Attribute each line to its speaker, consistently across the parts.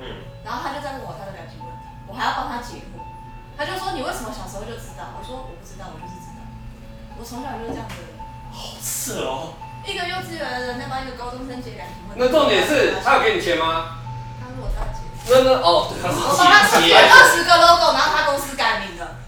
Speaker 1: 嗯
Speaker 2: 然后他就在问我他的感情问题，我还要帮他解惑。他就说你为什么小时候就知道？我说我不知道，我就是知道。我从小就是这样子的人，
Speaker 3: 好扯哦。
Speaker 2: 一个幼稚园的人在帮一个高中生解感情问题。
Speaker 1: 那重点是
Speaker 2: 他
Speaker 1: 他有给你钱吗？
Speaker 2: 是我大姐，
Speaker 1: 那那哦，对
Speaker 2: 我帮他
Speaker 3: 细
Speaker 2: 写
Speaker 3: 节
Speaker 2: 了二十个 logo，然后他公司改名了，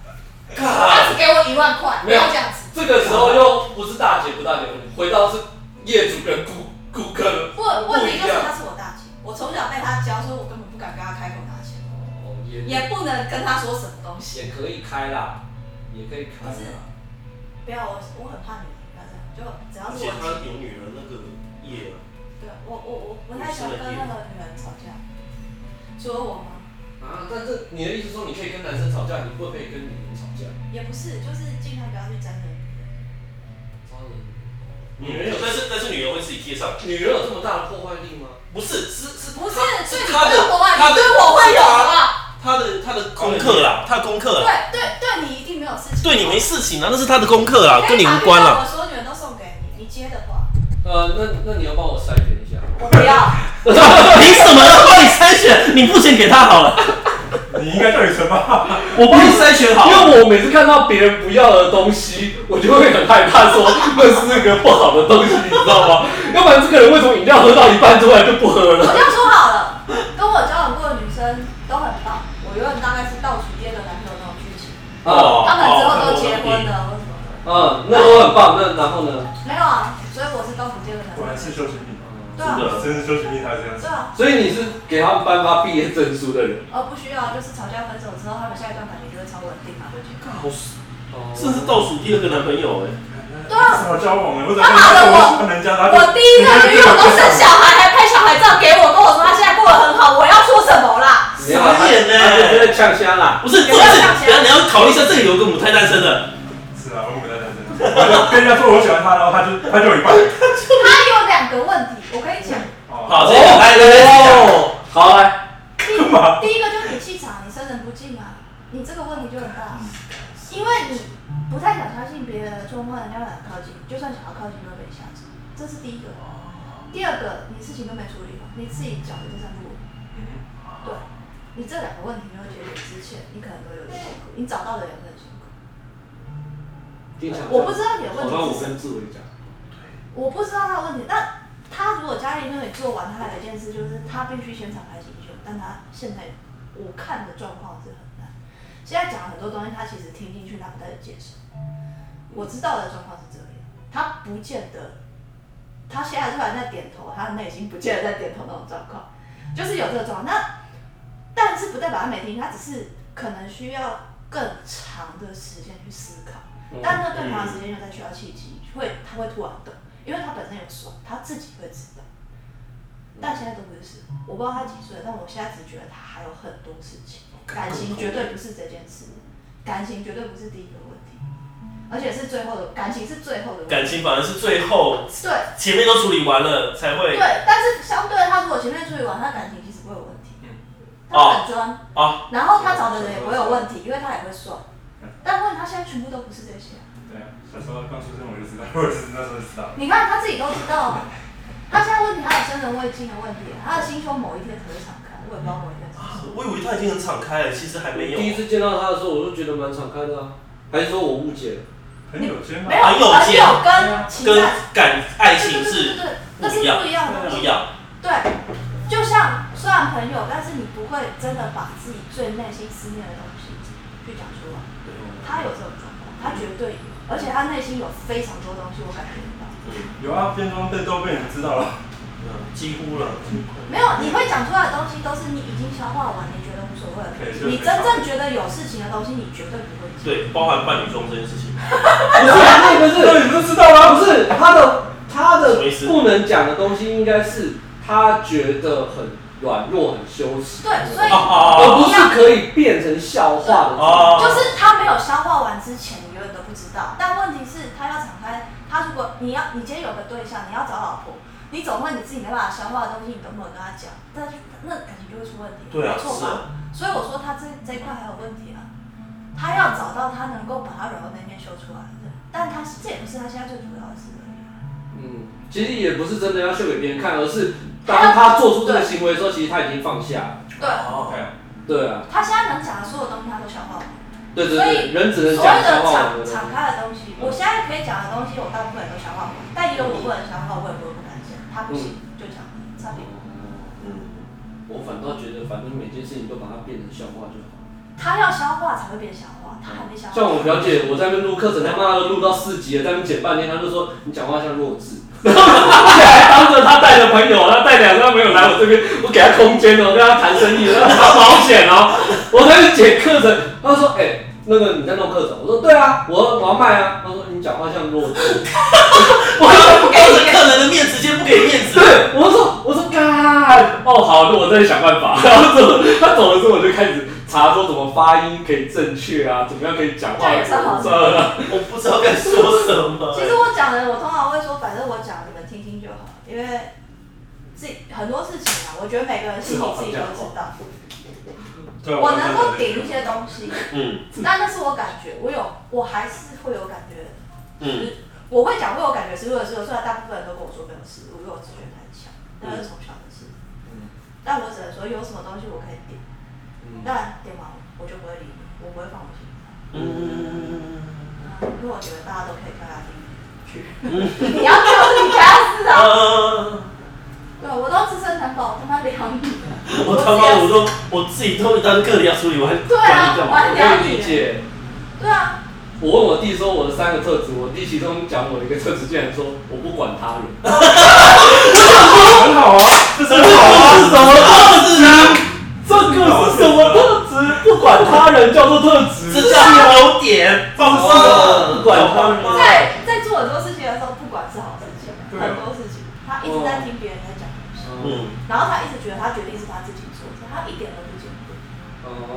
Speaker 2: 他只给我一万块，不
Speaker 1: 没有
Speaker 2: 要这样子。
Speaker 1: 这个时候又不是大姐不大姐，回到是业主跟顾顾客的
Speaker 2: 问问题就
Speaker 1: 不
Speaker 2: 是
Speaker 1: 一样
Speaker 2: 他是我大姐，我从小被他教，所以我根本不敢跟他开口拿钱，
Speaker 1: 哦也
Speaker 2: 也不能跟他说什么东西。
Speaker 1: 也可以开啦，也可以开
Speaker 2: 不是
Speaker 1: 啦。
Speaker 2: 不要，我我很怕女人，不要这样。就只要
Speaker 3: 而
Speaker 2: 是
Speaker 3: 且他
Speaker 2: 我，
Speaker 3: 有女人那个夜，
Speaker 2: 对我我我我不太喜欢跟任何女人吵架，除了我吗？
Speaker 1: 啊，但是你的意思说你可以跟男生吵架，你不可以跟女人吵架？
Speaker 2: 也不是，就是尽量不要去沾惹女人。
Speaker 3: 女人有，但是但是女人会自己贴上，
Speaker 1: 女人有这么大的破坏力吗？
Speaker 3: 不是是是
Speaker 2: 不是，
Speaker 3: 她
Speaker 2: 对你
Speaker 3: 她的
Speaker 2: 对我啊，
Speaker 3: 她
Speaker 2: 你
Speaker 3: 的
Speaker 2: 对我会有啊。
Speaker 3: 她的她的功课啊啦，她的功课
Speaker 2: 对
Speaker 3: 啦，
Speaker 2: 对对，你一定没有事情。
Speaker 3: 对你没事情啊，那是她的功课啦，跟你无关啊
Speaker 2: 了。
Speaker 3: 啦。
Speaker 2: 我所有女人都送给你，你接的话，
Speaker 1: 呃，那那你要帮我筛选一下。
Speaker 2: 我不要。
Speaker 4: 凭什么要帮你筛选？你付钱给他好了，
Speaker 5: 你应该叫你惩罚，
Speaker 4: 我帮你筛选好了。
Speaker 1: 因为我每次看到别人不要的东西，我就会很害怕，说那是个不好的东西，你知道吗？要不然这个人为什么饮料喝到一半突然就不喝
Speaker 2: 我
Speaker 1: 了？
Speaker 2: 这样说好了，跟我交往过的女生都很棒，我永远大概是倒数第二个男朋友那种剧情，
Speaker 3: 哦
Speaker 1: 啊
Speaker 2: 他们之后都结婚了或什么的，
Speaker 1: 啊，那都很棒。那然后呢？
Speaker 2: 没有啊，所以我是倒数第二个男
Speaker 5: 果
Speaker 2: 朋
Speaker 5: 然
Speaker 2: 友。
Speaker 5: 是奢侈品，
Speaker 2: 对啊，
Speaker 5: 真是奢侈品才这样
Speaker 2: 对
Speaker 5: 子。
Speaker 2: 啊，
Speaker 1: 所以你是给他们颁发毕业证书的人？
Speaker 2: 而不需要就是吵架分手之后，他们下一段感情就会超稳定嘛，就结婚。
Speaker 3: 好，
Speaker 2: 哦
Speaker 3: 甚至倒数第二个男朋友哎、
Speaker 2: 对啊
Speaker 5: 怎么交往了？我怎么
Speaker 2: 他打了我
Speaker 5: 跟人家打
Speaker 2: 我第一个女友都生小孩，还拍小孩照给我，跟我说她现在过得很好，我要说什么 啦？
Speaker 1: 你要他
Speaker 3: 傻眼呢
Speaker 1: 他就是在呛虾啦。
Speaker 3: 不是，
Speaker 2: 有
Speaker 3: 重
Speaker 2: 没有
Speaker 3: 点是
Speaker 2: 上，下
Speaker 3: 等下你要考虑一下，这里有个母胎单身的，
Speaker 5: 是啊，我母胎单身，我就跟人家说我喜欢他，然后他就他就有一半。
Speaker 2: 她有两个问题，我可以讲。
Speaker 5: 哦，
Speaker 3: 好，这个来来来，
Speaker 1: 哦，好来，
Speaker 2: 第
Speaker 5: 干嘛
Speaker 2: 第一个就是你气场，你生人不近啊，你这个问题就很大，因为你不太想相信别人的状况，人家会很靠近，就算想要靠近就会被吓走，这是第一个。第二个，你事情都没处理好，你自己搅的这条路，对，你这两个问题没有解决之前，你可能都有点痛苦，你找到的也会很辛苦。我不知道你的问
Speaker 1: 好那
Speaker 2: 题
Speaker 1: 我
Speaker 2: 是什么
Speaker 1: 跟，志伟讲，
Speaker 2: 我不知道他的问题。那他如果家里面没做完，他还有一件事就是他必须现场排进修，但他现在我看的状况是很难。现在讲很多东西，他其实听进去，他不太接受。我知道的状况是这样，他不见得，他现在突然在点头，他的内心不见得在点头那种状况，就是有这个状况。那但是不代表他没听，他只是可能需要更长的时间去思考。但那更长的时间又在需要契机，会他会突然懂，因为他本身有爽，他自己会知道。但现在都不是，我不知道他几岁，但我现在只觉得他还有很多事情，感情绝对不是这件事，感情绝对不是第一个问题，而且是最后的感情是最后的问题。
Speaker 3: 感情反而是最后
Speaker 2: 对
Speaker 3: 前面都处理完了才会
Speaker 2: 对，但是相对他如果前面处理完，他感情其实不会有问题，他
Speaker 3: 哦
Speaker 2: 很专，
Speaker 3: 啊，
Speaker 2: 然后他找的人也不会有问题，因为他也会算
Speaker 5: 嗯。
Speaker 2: 但问题他现在全部都不是这些啊、
Speaker 5: 对啊，小时候刚出生我就知道，我也是那时候就知道。
Speaker 2: 你看他自己都知道，他现在问题他有生人未尽的问题，他的心胸某一天才会敞开，我也不知道某一天是什么。
Speaker 3: 我以为他已经很敞开了，其实还没有。
Speaker 1: 第一次见到他的时候，我就觉得蛮敞开的啊，还是说我误解了？
Speaker 5: 很有肩膀
Speaker 2: 没有，
Speaker 3: 很有
Speaker 2: 朋
Speaker 3: 见
Speaker 2: 友跟情
Speaker 3: 跟
Speaker 2: 感，
Speaker 3: 感爱情
Speaker 2: 对对对
Speaker 3: 是
Speaker 2: 对对，那是不一样的东
Speaker 3: 不一
Speaker 2: 西。
Speaker 3: 样。
Speaker 2: 对，就像虽然朋友，但是你不会真的把自己最内心思念的东西去讲出来。他有这种状况，他绝对有，而且他内心有非常多东西，我感觉得到。
Speaker 5: 有啊，变装被都被你知道了。
Speaker 3: 嗯，几乎了。
Speaker 2: 没有，你会讲出来的东西都是你已经消化完，你觉得无所谓了。你真正觉得有事情的东西，你绝对不会讲。
Speaker 3: 对，包含伴侣装这件事情，
Speaker 1: 不是啊，那个是
Speaker 5: 对，你都知道了。
Speaker 1: 不是他的他
Speaker 3: 什
Speaker 1: 的
Speaker 3: 么意思
Speaker 1: 不能讲的东西，应该是他觉得很软弱、很羞耻，
Speaker 2: 对，所以
Speaker 3: 哦
Speaker 1: 而
Speaker 3: 哦
Speaker 1: 不是可以变成笑话的。
Speaker 3: 哦，
Speaker 2: 就是他没有消化完之前，你永远都不知道。但问题是，他要敞开，他如果你要你今天有个对象，你要找老婆，你总会你自己没办法消化的东西，你都没有跟他讲，那就那感情就会出问题，
Speaker 3: 对啊
Speaker 2: 没错
Speaker 3: 是
Speaker 2: 吧
Speaker 3: 啊？
Speaker 2: 所以我说他这这一块还有问题啊，他要找到他能够把他软弱那面修出来的，但他这也不是他现在最主要的事而已。
Speaker 1: 嗯，其实也不是真的要秀给别人看，而是当他做出这个行为的时候，其实他已经放下了。
Speaker 2: 对，
Speaker 3: 哦，
Speaker 1: 对啊，
Speaker 2: 他现在能讲的所有东西他都消化完了。
Speaker 1: 对对
Speaker 2: 所
Speaker 1: 对，
Speaker 2: 以
Speaker 1: 人只能
Speaker 2: 所有
Speaker 1: 讲笑
Speaker 2: 的
Speaker 1: 话我
Speaker 2: 敞
Speaker 1: 们的
Speaker 2: 敞开的东西，我现在可以讲的东西，我大部分都消化完，但也有我不能消化，我也不会不敢讲，他不行
Speaker 1: 嗯
Speaker 2: 就讲，差别。
Speaker 3: 嗯，
Speaker 1: 我反倒觉得，反正每件事情都把它变成笑话就好。
Speaker 2: 他要消化才会变消化，他还没消化。
Speaker 1: 像我表姐，我在那边录课程，他妈的录到四级了，在那边剪半天，她就说你讲话像弱智。 还当着她带的朋友，她带两个朋友来我这边，我给她空间哦，我跟她谈生意，我跟她谈保险哦，我在那边剪课程，她说哎、那个你在弄课程，我说对啊，我我要卖啊，她说你讲话像弱智， 我就不给
Speaker 6: 当
Speaker 1: 你
Speaker 6: 着客人的面子，直接不给面子。
Speaker 1: 对，我说我说干哦好，那我再想办法。然 后走他走了之后，我就开始查说怎么发音可以正确啊，怎么样可以讲话
Speaker 2: 这也是好的
Speaker 1: 算了
Speaker 3: 我不知道该说什么。
Speaker 2: 其实我讲的，我通常会说，反正我讲你们听听就好，因为自己很多事情啊，我觉得每个人心里自己都知道。
Speaker 5: 对，
Speaker 2: 我能够顶一些东西，
Speaker 3: 嗯
Speaker 2: 但那是我感觉，我有，我还是会有感觉，
Speaker 3: 嗯，
Speaker 2: 我会讲会有感觉失误的失误，虽然啊大部分人都跟我说没有失误，因为我自觉很强，那是从小的事。
Speaker 3: 嗯
Speaker 2: 但我只能说有什么东西我可以点，但点完我就不会理你，我不会放我心上。
Speaker 3: 嗯，
Speaker 2: 嗯因为我觉得大家都可以跳下去。 你要跳是你家的事啊！
Speaker 3: 啊，
Speaker 2: 对，我都自身难保，他妈两米。
Speaker 3: 我他妈，我说我自己都当个例要处理，我还
Speaker 2: 对啊，我还
Speaker 1: 我
Speaker 2: 两
Speaker 1: 可以
Speaker 2: 米
Speaker 1: 理。解。
Speaker 2: 对啊，
Speaker 1: 我问我弟说我的三个特质，我弟其中讲我一个特质，竟然说我不管他人。
Speaker 5: 很好啊，这是很好啊，
Speaker 6: 什么特质啊？
Speaker 1: 这个是什么特质？不管他人叫做特质？
Speaker 6: 这叫优点，
Speaker 3: 放
Speaker 1: 哦不管他人。
Speaker 2: 在在做很多事情的时候，不管是好事情，
Speaker 5: 对啊
Speaker 2: 很多事情，他一直在听别人在讲东西，
Speaker 1: 嗯，
Speaker 3: 嗯，
Speaker 2: 然后他一直觉得他决定是他自己做的，他一点都不坚定。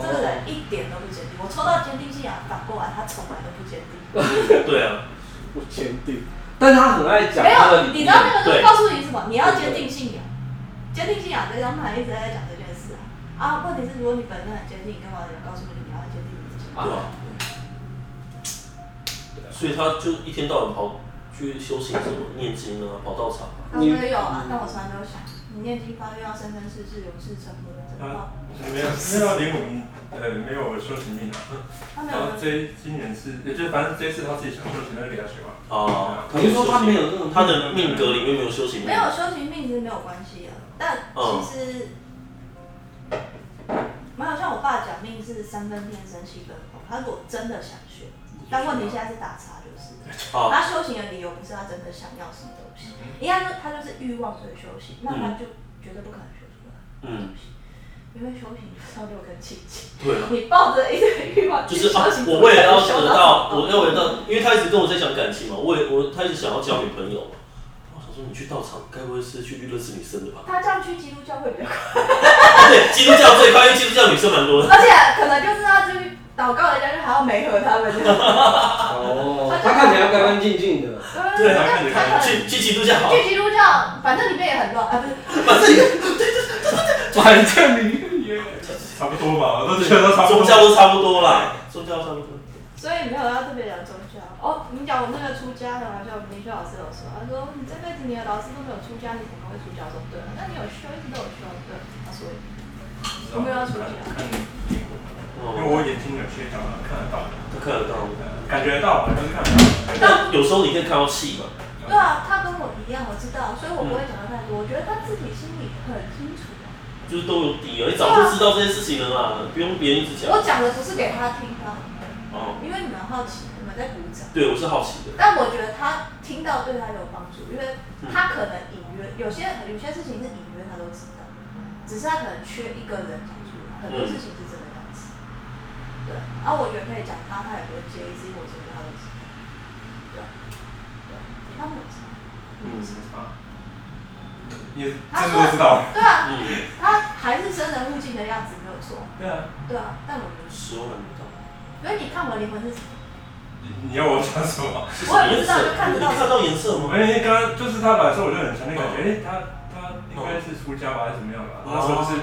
Speaker 2: 这个人一点都不坚定，我抽到坚定信仰，反过来他从来都不坚定。
Speaker 3: 对啊，
Speaker 1: 不坚定，但他很爱讲
Speaker 2: 没
Speaker 1: 他的
Speaker 2: 有，你
Speaker 1: 理念
Speaker 2: 知道那个就是
Speaker 3: 对
Speaker 2: 告诉你什么？你要坚定信仰，坚定信仰这张牌一直在讲这件事啊。啊，问题是如果你本身很坚定，干嘛有人告诉你你要坚定你自己？
Speaker 1: 啊
Speaker 3: 对啊所以他就一天到晚跑去修行什么念经啊，跑道场啊，
Speaker 2: 他说有
Speaker 1: 嗯
Speaker 2: 啊，但我从来没有想，你念经发愿要生生世世永世成佛
Speaker 1: 啊
Speaker 2: 人成道，
Speaker 5: 没有没有灵魂，呃，没有修行命啊。
Speaker 2: 他没
Speaker 5: 然
Speaker 1: 哦
Speaker 2: 有
Speaker 5: 后这一今年是，也就反正这一次他自己想修行，那就给他修啊。
Speaker 3: 啊，
Speaker 1: 你是说他没有那种
Speaker 3: 他的命格里面没有修行，
Speaker 2: 没有修行命是没有关系的，啊但
Speaker 3: 嗯
Speaker 2: 其实没有像我爸讲命是三分天生七分空，他如果真的想学，但问题现在是打叉就是。
Speaker 3: 啊，
Speaker 2: 他修行的理由不是他真的想要什么东西，应该说他就是欲望所以修行，那他就绝对不可能学出来东
Speaker 3: 嗯，
Speaker 2: 西，因为修行就是要六根清净，
Speaker 3: 对啊。
Speaker 2: 你抱着一堆欲望
Speaker 3: 就
Speaker 2: 去
Speaker 3: 是
Speaker 2: 修
Speaker 3: 啊
Speaker 2: 行，，
Speaker 3: 我为了要得 到，
Speaker 2: 不可能修
Speaker 3: 我
Speaker 2: 什么
Speaker 3: 要为了，因为他一直跟我在讲感情嘛，我也我他一直想要交女朋友嘛，我想说你去道场，该不会是去娱乐室女生的吧？
Speaker 2: 他这样去基督教会比较快，
Speaker 3: 对，基督教最快，因为基督教女生蛮多的。
Speaker 2: 而且可能就是他去祷告，人家就还要媒合他们这样，
Speaker 1: 哦，他看起来干干净净的，
Speaker 2: 呃
Speaker 5: 对
Speaker 2: 那
Speaker 5: 他看起来
Speaker 2: 他可
Speaker 3: 去去基督教
Speaker 2: 能，
Speaker 3: 好
Speaker 2: 去基督教，反正里面也很乱啊，不是，
Speaker 1: 反正你
Speaker 5: 差不多吧，我都觉得都差不
Speaker 3: 宗
Speaker 5: 多。
Speaker 3: 教都差不多啦，宗教差不多。
Speaker 2: 所以没有要特别讲宗教。哦，你讲我那个出家的玩笑，明轩老师有说，他说你这辈子你的老师都没有出家，你怎么会出家？我说对啊，那你有修，一直都有修，对。啊他说我没有要出家，
Speaker 5: 嗯因为我眼睛有缺角，看得到，
Speaker 3: 他看得到，
Speaker 5: 呃感觉得到，嗯就是看得到。
Speaker 3: 但有时候你可以看到戏嘛。
Speaker 2: 对啊，他跟我一样，我知道，所以我不会讲的太多。我觉得他自己心里很清楚啊。
Speaker 3: 就是都有底啊了，你早就知道这件事情了啦，不用别人一直讲。
Speaker 2: 我讲的不是给他听的，
Speaker 3: 哦，
Speaker 2: 因为你们好奇，你们在鼓掌。
Speaker 3: 对，我是好奇的。
Speaker 2: 但我觉得他听到对他有帮助，因为
Speaker 5: 嗯
Speaker 2: 他可能隐约有些有些事情是隐约他都知道，只是他可能缺一个人讲出来，很多事情是真的这样子。对，然、后我觉得可以讲他，他也不会介意，是因为我觉得他都知道。对，对，他们知道。
Speaker 5: 嗯啊，你真的都知道。
Speaker 2: 对啊，
Speaker 3: 嗯，
Speaker 2: 他还是生人勿近的样子没有错。
Speaker 5: 对啊，
Speaker 2: 对啊，但我没有，
Speaker 3: 时候还没到，
Speaker 2: 因为你看我灵魂是什么，
Speaker 5: 你你要我讲什么？
Speaker 2: 我也不知道，
Speaker 3: 颜
Speaker 2: 就
Speaker 3: 色
Speaker 2: 看得
Speaker 3: 你
Speaker 2: 到
Speaker 3: 看到颜色
Speaker 5: 我
Speaker 3: 吗？
Speaker 5: 们那天刚刚就是他来的时候，我就很强烈感
Speaker 3: 哦
Speaker 5: 觉，哎，他他应该是出家吧，还是怎么样吧？那时候就是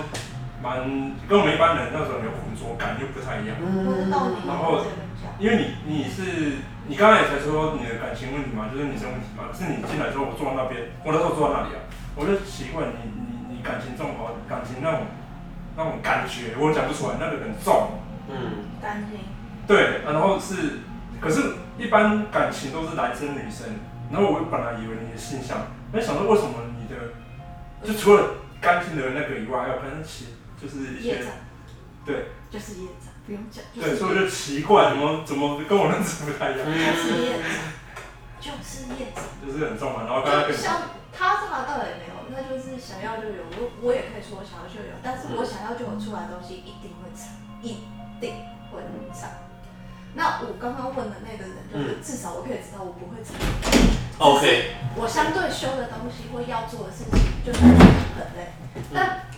Speaker 5: 蛮跟我们一般人那时候有浑浊感又不太一样。
Speaker 2: 我
Speaker 1: 嗯
Speaker 2: 是到底有
Speaker 5: 然
Speaker 2: 没
Speaker 5: 后
Speaker 2: 有这个讲。
Speaker 5: 因为你你是你刚才也才说你的感情问题嘛，就是女生问题嘛，是你进来之后我坐在那边，我那时候坐在那里啊，我就奇怪你你以感情这种哦，感情那种那种感觉，我讲不出来，那个很重。
Speaker 3: 嗯，
Speaker 2: 担心，
Speaker 5: 对，啊然后是，可是一般感情都是男生女生，然后我本来以为你的性向，没想到为什么你的，就除了干净的那个以外，还有可能其就是一
Speaker 2: 业
Speaker 5: 些
Speaker 2: 障，
Speaker 5: 对
Speaker 2: 就是业障，不用讲，就
Speaker 5: 对，
Speaker 2: 是
Speaker 5: 所以我就奇怪，怎么怎么跟我认识不太一样，
Speaker 2: 就是业障，就是业障。
Speaker 5: 就是很重嘛。然后刚刚
Speaker 2: 就
Speaker 5: 跟你
Speaker 2: 像他是他倒也没有，那就是想要就有，我我也可以说我想要就有，但是我想要就有出来的东西一定会长，一定会长。那我刚刚问的那个人，就是至少我可以知道我不会长。
Speaker 3: 哦，OK，
Speaker 2: 我相对修的东西或要做的事情，就算是很累。但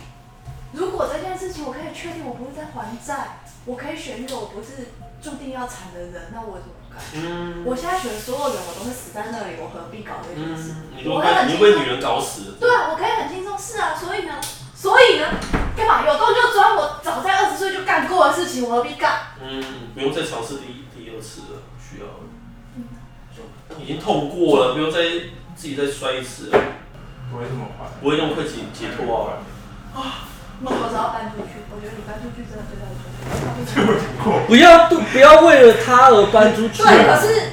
Speaker 2: 如果这件事情我可以确定我不是在还债，我可以选一个我不是注定要惨的人，那我怎么办？
Speaker 3: 嗯，
Speaker 2: 我现在选所有人，我都会死在那里，我何必搞这件事？
Speaker 3: 嗯，你
Speaker 2: 我
Speaker 3: 都
Speaker 2: 会
Speaker 3: 被
Speaker 2: 很
Speaker 3: 你
Speaker 2: 轻
Speaker 3: 都被
Speaker 2: 松
Speaker 3: 女人搞死，
Speaker 2: 对啊，我可以很轻松，是啊，所以呢，所以呢，干嘛有洞就钻？我早在二十岁就干过的事情，我何必干？
Speaker 3: 嗯，不用再尝试第一第二次了，不需要，
Speaker 2: 嗯
Speaker 3: 已经痛过了，不用再自己再摔一次了，
Speaker 5: 不会这么快，
Speaker 3: 不会那么快解解脱啊。
Speaker 2: 我只要搬出去，我觉得你搬出去真的对他有用。
Speaker 7: 不要不要为了他而搬出去。
Speaker 2: 对，可是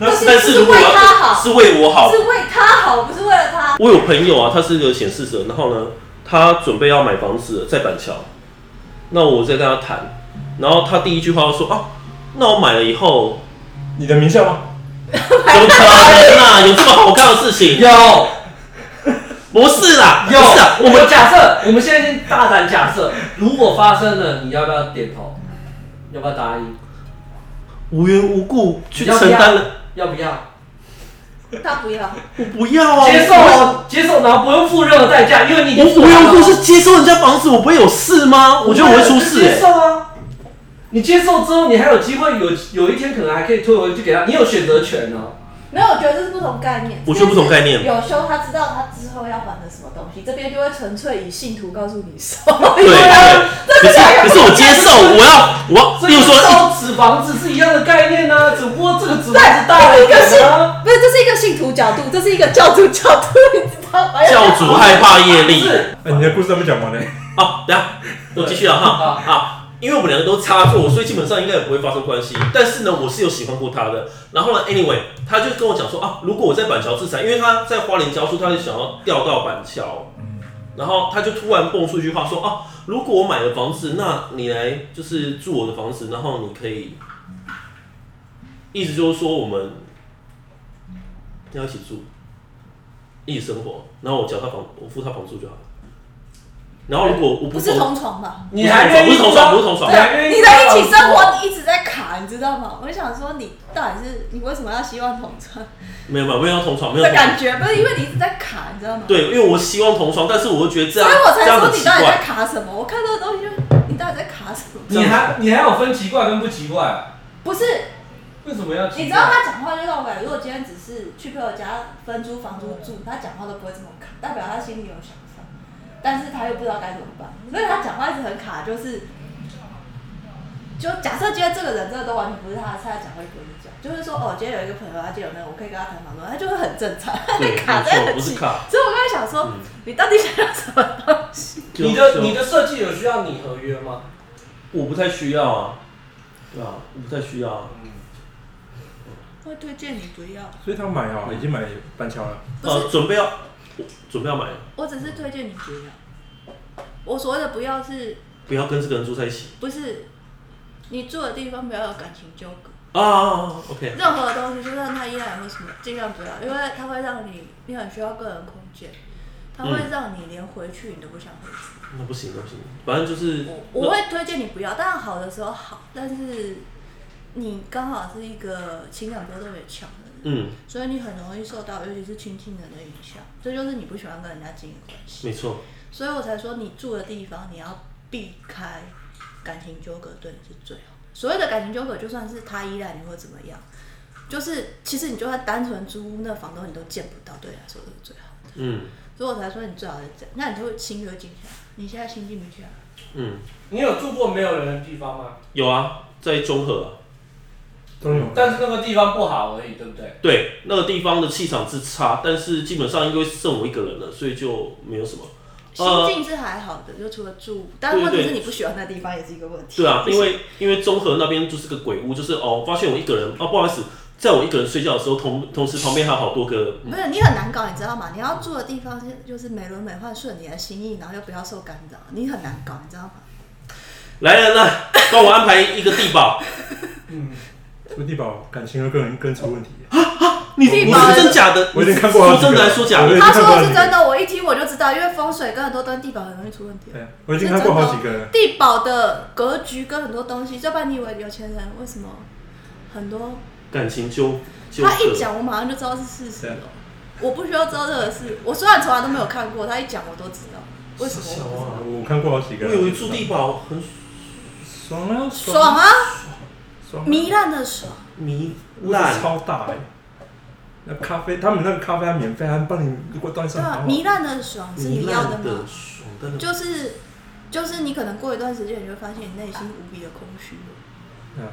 Speaker 3: 但是
Speaker 2: 但
Speaker 3: 但
Speaker 2: 是
Speaker 3: 是如果
Speaker 2: 是为他
Speaker 3: 要
Speaker 2: 好
Speaker 3: 是为我好，
Speaker 2: 是为他好，不是为了他。
Speaker 3: 我有朋友啊，他是个显示者，然后呢，他准备要买房子了在板桥，那我在跟他谈，然后他第一句话就说啊，那我买了以后
Speaker 5: 你的名校吗？
Speaker 3: 怎么可能啊？有这么好看的事 情？
Speaker 1: 有
Speaker 3: 不是啦，不
Speaker 1: 有
Speaker 3: 是啊，，
Speaker 1: 我们假设，我们现在先大胆假设，如果发生了，你要不要点头？要不要答应？
Speaker 3: 无缘无故去承担了，
Speaker 1: 要不要？
Speaker 2: 他不要，
Speaker 3: 我不要啊，
Speaker 1: 接受，接受，然后不用付任何代价，因为你已
Speaker 3: 我
Speaker 1: 经
Speaker 3: 不我无缘无故
Speaker 1: 付了
Speaker 3: 是接受人家房子，我不会有事吗？我觉得我会出事
Speaker 1: 接
Speaker 3: 哎、
Speaker 1: 受啊！你接受之后，你还有机会有有一天可能还可以退回去给他，你有选择权啊呢、
Speaker 2: 没有，我觉得这是不同概念。
Speaker 3: 我觉得不同概念
Speaker 2: 有修，他知道他之后要还的什么东西，这边就会纯粹以信徒告诉你收。
Speaker 3: 对对对，可
Speaker 2: 这
Speaker 3: 是
Speaker 2: 个
Speaker 3: 可是我接受，我要我要，
Speaker 1: 这
Speaker 3: 例如
Speaker 1: 跟
Speaker 3: 说
Speaker 1: 烧纸房子是一样的概念呢、只不过这个纸房
Speaker 2: 对
Speaker 1: 子大了一
Speaker 2: 一个是
Speaker 1: 点啊。
Speaker 2: 不是，这是一个信徒角度，这是一个教主角度，你知道吗？
Speaker 3: 教主害怕业力
Speaker 1: 不。是
Speaker 5: 哎，你的故事还没讲完呢。
Speaker 3: 好，等一下我继续了哈啊，因为我们两个都插座，所以基本上应该也不会发生关系。但是呢，我是有喜欢过他的。然后呢，anyway，他就跟我讲说啊，如果我在板桥自残，因为他在花莲教书，他就想要调到板桥。然后他就突然蹦出一句话说啊，如果我买了房子，那你来就是住我的房子，然后你可以，意思就是说我们要一起住，一起生活，然后我交他房，我付他房租就好了。然后如果我不
Speaker 2: 不是同床吧？
Speaker 1: 你还愿
Speaker 3: 不
Speaker 1: 意
Speaker 3: 是同床，不是同床
Speaker 1: 对，啊因为
Speaker 2: 你的一起生活一直在卡，你知道吗？我就想说，你到底是你为什么要希望同床
Speaker 3: 没有没有没有同床，没有
Speaker 2: 的
Speaker 3: 同床。
Speaker 2: 感觉？不是因为你一直在卡，你知道吗？
Speaker 3: 对，因为我希望同床，但是我又觉得这
Speaker 2: 所
Speaker 3: 样
Speaker 2: 以我
Speaker 3: 这
Speaker 2: 才
Speaker 3: 样
Speaker 2: 说
Speaker 3: 很
Speaker 2: 你
Speaker 3: 奇
Speaker 2: 到底在
Speaker 3: 怪。
Speaker 2: 卡什么？我看到的东西就是你到底在卡什么？
Speaker 1: 你还你还有分奇怪跟不奇怪，
Speaker 2: 不是，
Speaker 1: 为什么要奇怪？
Speaker 2: 你知道他讲话就让我感觉，如果今天只是去朋友家分租房租住，他讲话都不会这么卡，代表他心里有想法，但是他又不知道该怎么办，所以他讲话一直很卡，就是。就假设今天这个人真的都完全不是他的菜，讲话就不会是这样。就是说，哦，今天有一个朋友，他今天有那个，我可以跟他谈房租，他就会很正常，他
Speaker 3: 对，
Speaker 2: 就卡
Speaker 3: 没
Speaker 2: 在
Speaker 3: 错，
Speaker 2: 很
Speaker 3: 不是
Speaker 2: 奇。
Speaker 3: 卡。
Speaker 2: 所以我刚才想说，你到底想要什么东西？
Speaker 3: 就
Speaker 1: 你的
Speaker 3: 就
Speaker 1: 你的设计有需要你合约吗？
Speaker 3: 我不太需要啊，对啊，我不太需要啊。
Speaker 2: 会推荐你不要，
Speaker 5: 所以他买啊，已经买板桥了。
Speaker 2: 不是
Speaker 3: 呃，准备要我准备要买了，
Speaker 2: 我只是推荐你不要。我所谓的不要是
Speaker 3: 不要跟这个人住在一起
Speaker 2: 不是你住的地方不要有感情纠葛，
Speaker 3: 啊啊。啊 OK，
Speaker 2: 任何东西就算它依然有什么，尽量不要，因为它会让你你很需要个人空间，它会
Speaker 3: 嗯
Speaker 2: 让你连回去你都不想回去。
Speaker 3: 那不行，那不行，反正就是
Speaker 2: 我我会推荐你不要，当然好的时候好，但是你刚好是一个情感波动也强的人，
Speaker 3: 嗯，
Speaker 2: 所以你很容易受到，尤其是亲近人的影响，这就是你不喜欢跟人家经营关系。
Speaker 3: 没错，
Speaker 2: 所以我才说你住的地方你要避开感情纠葛，对你是最好。所谓的感情纠葛，就算是他依赖你或怎么样，就是其实你就算单纯租屋，那房东你都见不到，对你来说都是最好的。
Speaker 3: 嗯
Speaker 2: 所以我才说你最好是这样，那你就会心就会静下来。啊你现在心静不下来，
Speaker 3: 嗯，
Speaker 1: 你有住过没有人的地方吗？
Speaker 3: 有啊，在中和啊，
Speaker 5: 都有
Speaker 1: 但是那个地方不好而已，对不对？
Speaker 3: 对，那个地方的气场之差，但是基本上因为剩我一个人了，所以就没有什么。
Speaker 2: 心境是还好的，就除了住，但是问题
Speaker 3: 对
Speaker 2: 是你不喜欢的地方也是一个问题。
Speaker 3: 对啊，因为因为综合那边就是个鬼屋，就是哦，发现我一个人啊，不好意思，在我一个人睡觉的时候，同同时旁边还有好多个，
Speaker 2: 没有，你很难搞，你知道吗？你要住的地方是就是美轮美奂、顺你的心意，然后又不要受干扰，你很难搞，你知道吗？
Speaker 3: 来人了，帮我安排一个地 堡。
Speaker 5: 嗯，土地堡感情和个人根出问 题，
Speaker 3: 你
Speaker 2: 地
Speaker 3: 你
Speaker 2: 堡
Speaker 3: 是真假的？
Speaker 5: 我已经看过
Speaker 3: 说
Speaker 5: 好几个
Speaker 3: 真的还是说假
Speaker 5: 我已
Speaker 3: 的
Speaker 5: 经？
Speaker 2: 他
Speaker 5: 看
Speaker 2: 说的
Speaker 5: 过好
Speaker 2: 是
Speaker 5: 几
Speaker 2: 真
Speaker 5: 个，
Speaker 2: 的，我一听我就知道，因为风水跟很多东西地堡很容易出问题。
Speaker 5: 对，啊哎我已经看过好几个了。
Speaker 2: 地堡的格局跟很多东西，要不然你以为有钱人为什么很多？
Speaker 3: 感情纠纠
Speaker 2: 他一
Speaker 3: 葛，
Speaker 2: 讲，我马上就知道是事实
Speaker 5: 对啊
Speaker 2: 了。我不需要知道这个事，我虽然从来都没有看过，他一讲我都知道。为什么我不知道？
Speaker 5: 我看过好几
Speaker 3: 我
Speaker 5: 个，
Speaker 3: 以为住地堡很
Speaker 5: 爽啊，
Speaker 2: 爽啊，
Speaker 5: 爽啊，
Speaker 2: 糜烂的爽。
Speaker 3: 糜
Speaker 5: 屋子
Speaker 3: 烂，
Speaker 5: 超大哎、那咖啡，他们那个咖啡还免费，还帮你如果端
Speaker 2: 对
Speaker 5: 上
Speaker 2: 啊
Speaker 5: 来，
Speaker 2: 糜烂的爽是你
Speaker 3: 糜
Speaker 2: 要的吗
Speaker 3: 烂的？爽的，
Speaker 2: 就是就是你可能过一段时间，你就会发现你内心无比的空虚了。
Speaker 5: 嗯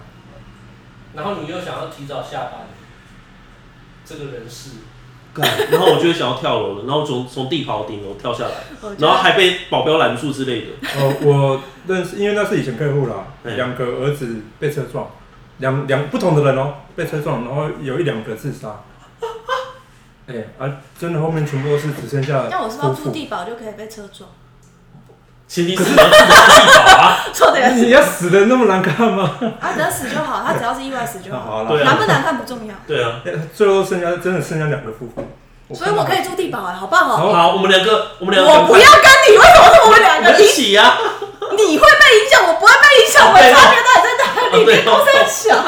Speaker 1: 然后你又想要提早下班，这个人是
Speaker 3: 干然后我就会想要跳楼了，然后从从地堡顶楼跳下来，
Speaker 2: 我觉
Speaker 3: 然后
Speaker 2: 得
Speaker 3: 还被保镖拦住之类的。
Speaker 5: 哦，我认识，因为那是以前客户啦，
Speaker 3: 嗯
Speaker 5: 两个儿子被车撞，两两不同的人哦、被车撞，然后有一两个自杀。哎、啊，真的后面全部都是只剩下
Speaker 2: 像我是不是
Speaker 5: 夫
Speaker 2: 要住
Speaker 5: 妇。
Speaker 2: 地堡就可以被车撞？
Speaker 3: 前提是你要住的是地堡啊，
Speaker 2: 错的也是
Speaker 5: 哎你要死的那么难看吗？
Speaker 2: 啊，只要死就好，他只要是意外死就
Speaker 5: 那
Speaker 2: 好，
Speaker 5: 好
Speaker 3: 对
Speaker 5: 了，
Speaker 3: 啊
Speaker 2: 难不难看不重要。
Speaker 3: 对啊。
Speaker 5: 哎最后剩下真的剩下两个夫妇，
Speaker 2: 所以我可以住地堡哎，好不好？
Speaker 5: 好
Speaker 3: 好，我们两个，我们两个，
Speaker 2: 我不要，跟你，为什么是我们两
Speaker 3: 我
Speaker 2: 个
Speaker 3: 们一
Speaker 2: 影？
Speaker 3: 起呀、啊。
Speaker 2: 你会被影响，我不会被影响，我们差别到底在哪里？
Speaker 3: 啊
Speaker 2: 你
Speaker 3: 对哦
Speaker 2: 都在想，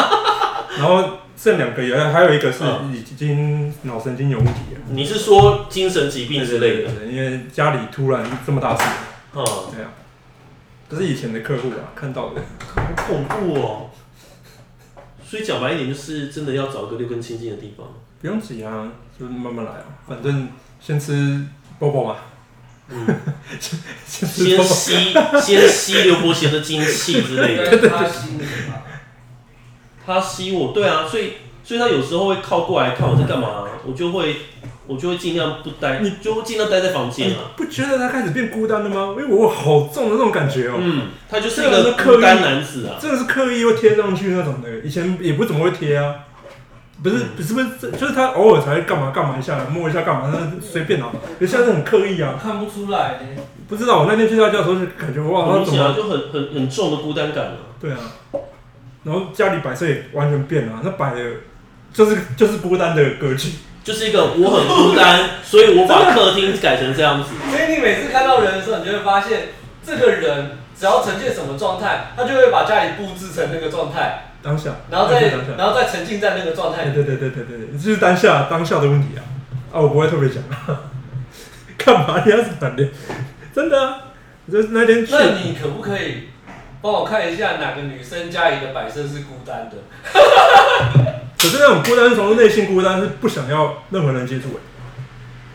Speaker 5: 然后剩两个有，还有一个是
Speaker 3: 嗯
Speaker 5: 已经脑神经有问题了，
Speaker 3: 你是说精神疾病之类的？
Speaker 5: 对，因为家里突然这么大事，
Speaker 3: 嗯，好
Speaker 5: 对啊，这是以前的客户啊，看到的。
Speaker 3: 恐怖哦。所以讲白一点，就是真的要找一个六根清净的地方。
Speaker 5: 不用急啊，就慢慢来啊，反正先吃波波嘛，
Speaker 3: 嗯，
Speaker 5: 先吃
Speaker 3: 先
Speaker 5: 波波。
Speaker 3: 吸，先吸刘伯贤的精气之类的。
Speaker 1: 他吸你嘛？
Speaker 3: 他吸我，对啊，所以所以他有时候会靠过来看我在干嘛、我就会我就会尽量不待，你就尽量待在房间
Speaker 5: 你
Speaker 3: 啊。
Speaker 5: 哎不觉得他开始变孤单了吗？因为哎我好重的那种感觉哦、
Speaker 3: 嗯，他就是一
Speaker 5: 这个
Speaker 3: 个
Speaker 5: 人的刻意
Speaker 3: 孤单男子啊。
Speaker 5: 真的是刻意会贴上去那种的，以前也不怎么会贴啊。不是
Speaker 3: 嗯
Speaker 5: 不是不是，就是他偶尔才会干嘛干嘛一下，摸一下干嘛，那随便啊。可是现在是很刻意啊，
Speaker 1: 看不出来呢。
Speaker 5: 不知道我那天去他家的时候就感觉哇，
Speaker 3: 很
Speaker 5: 他
Speaker 3: 明
Speaker 5: 怎
Speaker 3: 显啊，
Speaker 5: 么
Speaker 3: 就很很很重的孤单感啊。
Speaker 5: 对啊？然后家里摆设也完全变了啊，那摆的就是就是孤单的格局。
Speaker 3: 就是一个我很孤单，所以我把客厅改成这样子。
Speaker 1: 所以你每次看到人的时候，你就会发现，这个人只要呈现什么状态，他就会把家里布置成那个状态，
Speaker 5: 当下，
Speaker 1: 然后
Speaker 5: 当
Speaker 1: 再
Speaker 5: 下当下
Speaker 1: 然后再沉浸在那个状态
Speaker 5: 哎，
Speaker 1: 里。
Speaker 5: 对对对对对对，就是当下当下的问题啊！啊，我不会特别讲， 干嘛你要是反的？真的啊，我就是那天去，
Speaker 1: 那你可不可以帮我看一下哪个女生家里的摆设是孤单的？
Speaker 5: 可是那种孤单，从内心孤单是不想要任何人接触的，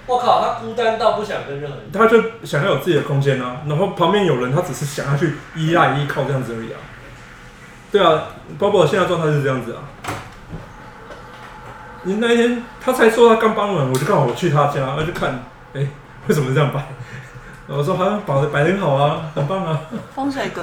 Speaker 1: 我靠，她孤单到不想跟任何人。
Speaker 5: 他就想要有自己的空间啊。然后旁边有人，他只是想要去依赖依靠这样子而已啊。对啊，包包现在状态是这样子啊。你那一天他才说他刚搬完，我就刚好我去他家，然后就看，哎、为什么这样摆？ 然后我说好像摆的摆的很好啊，很棒啊。
Speaker 2: 风水格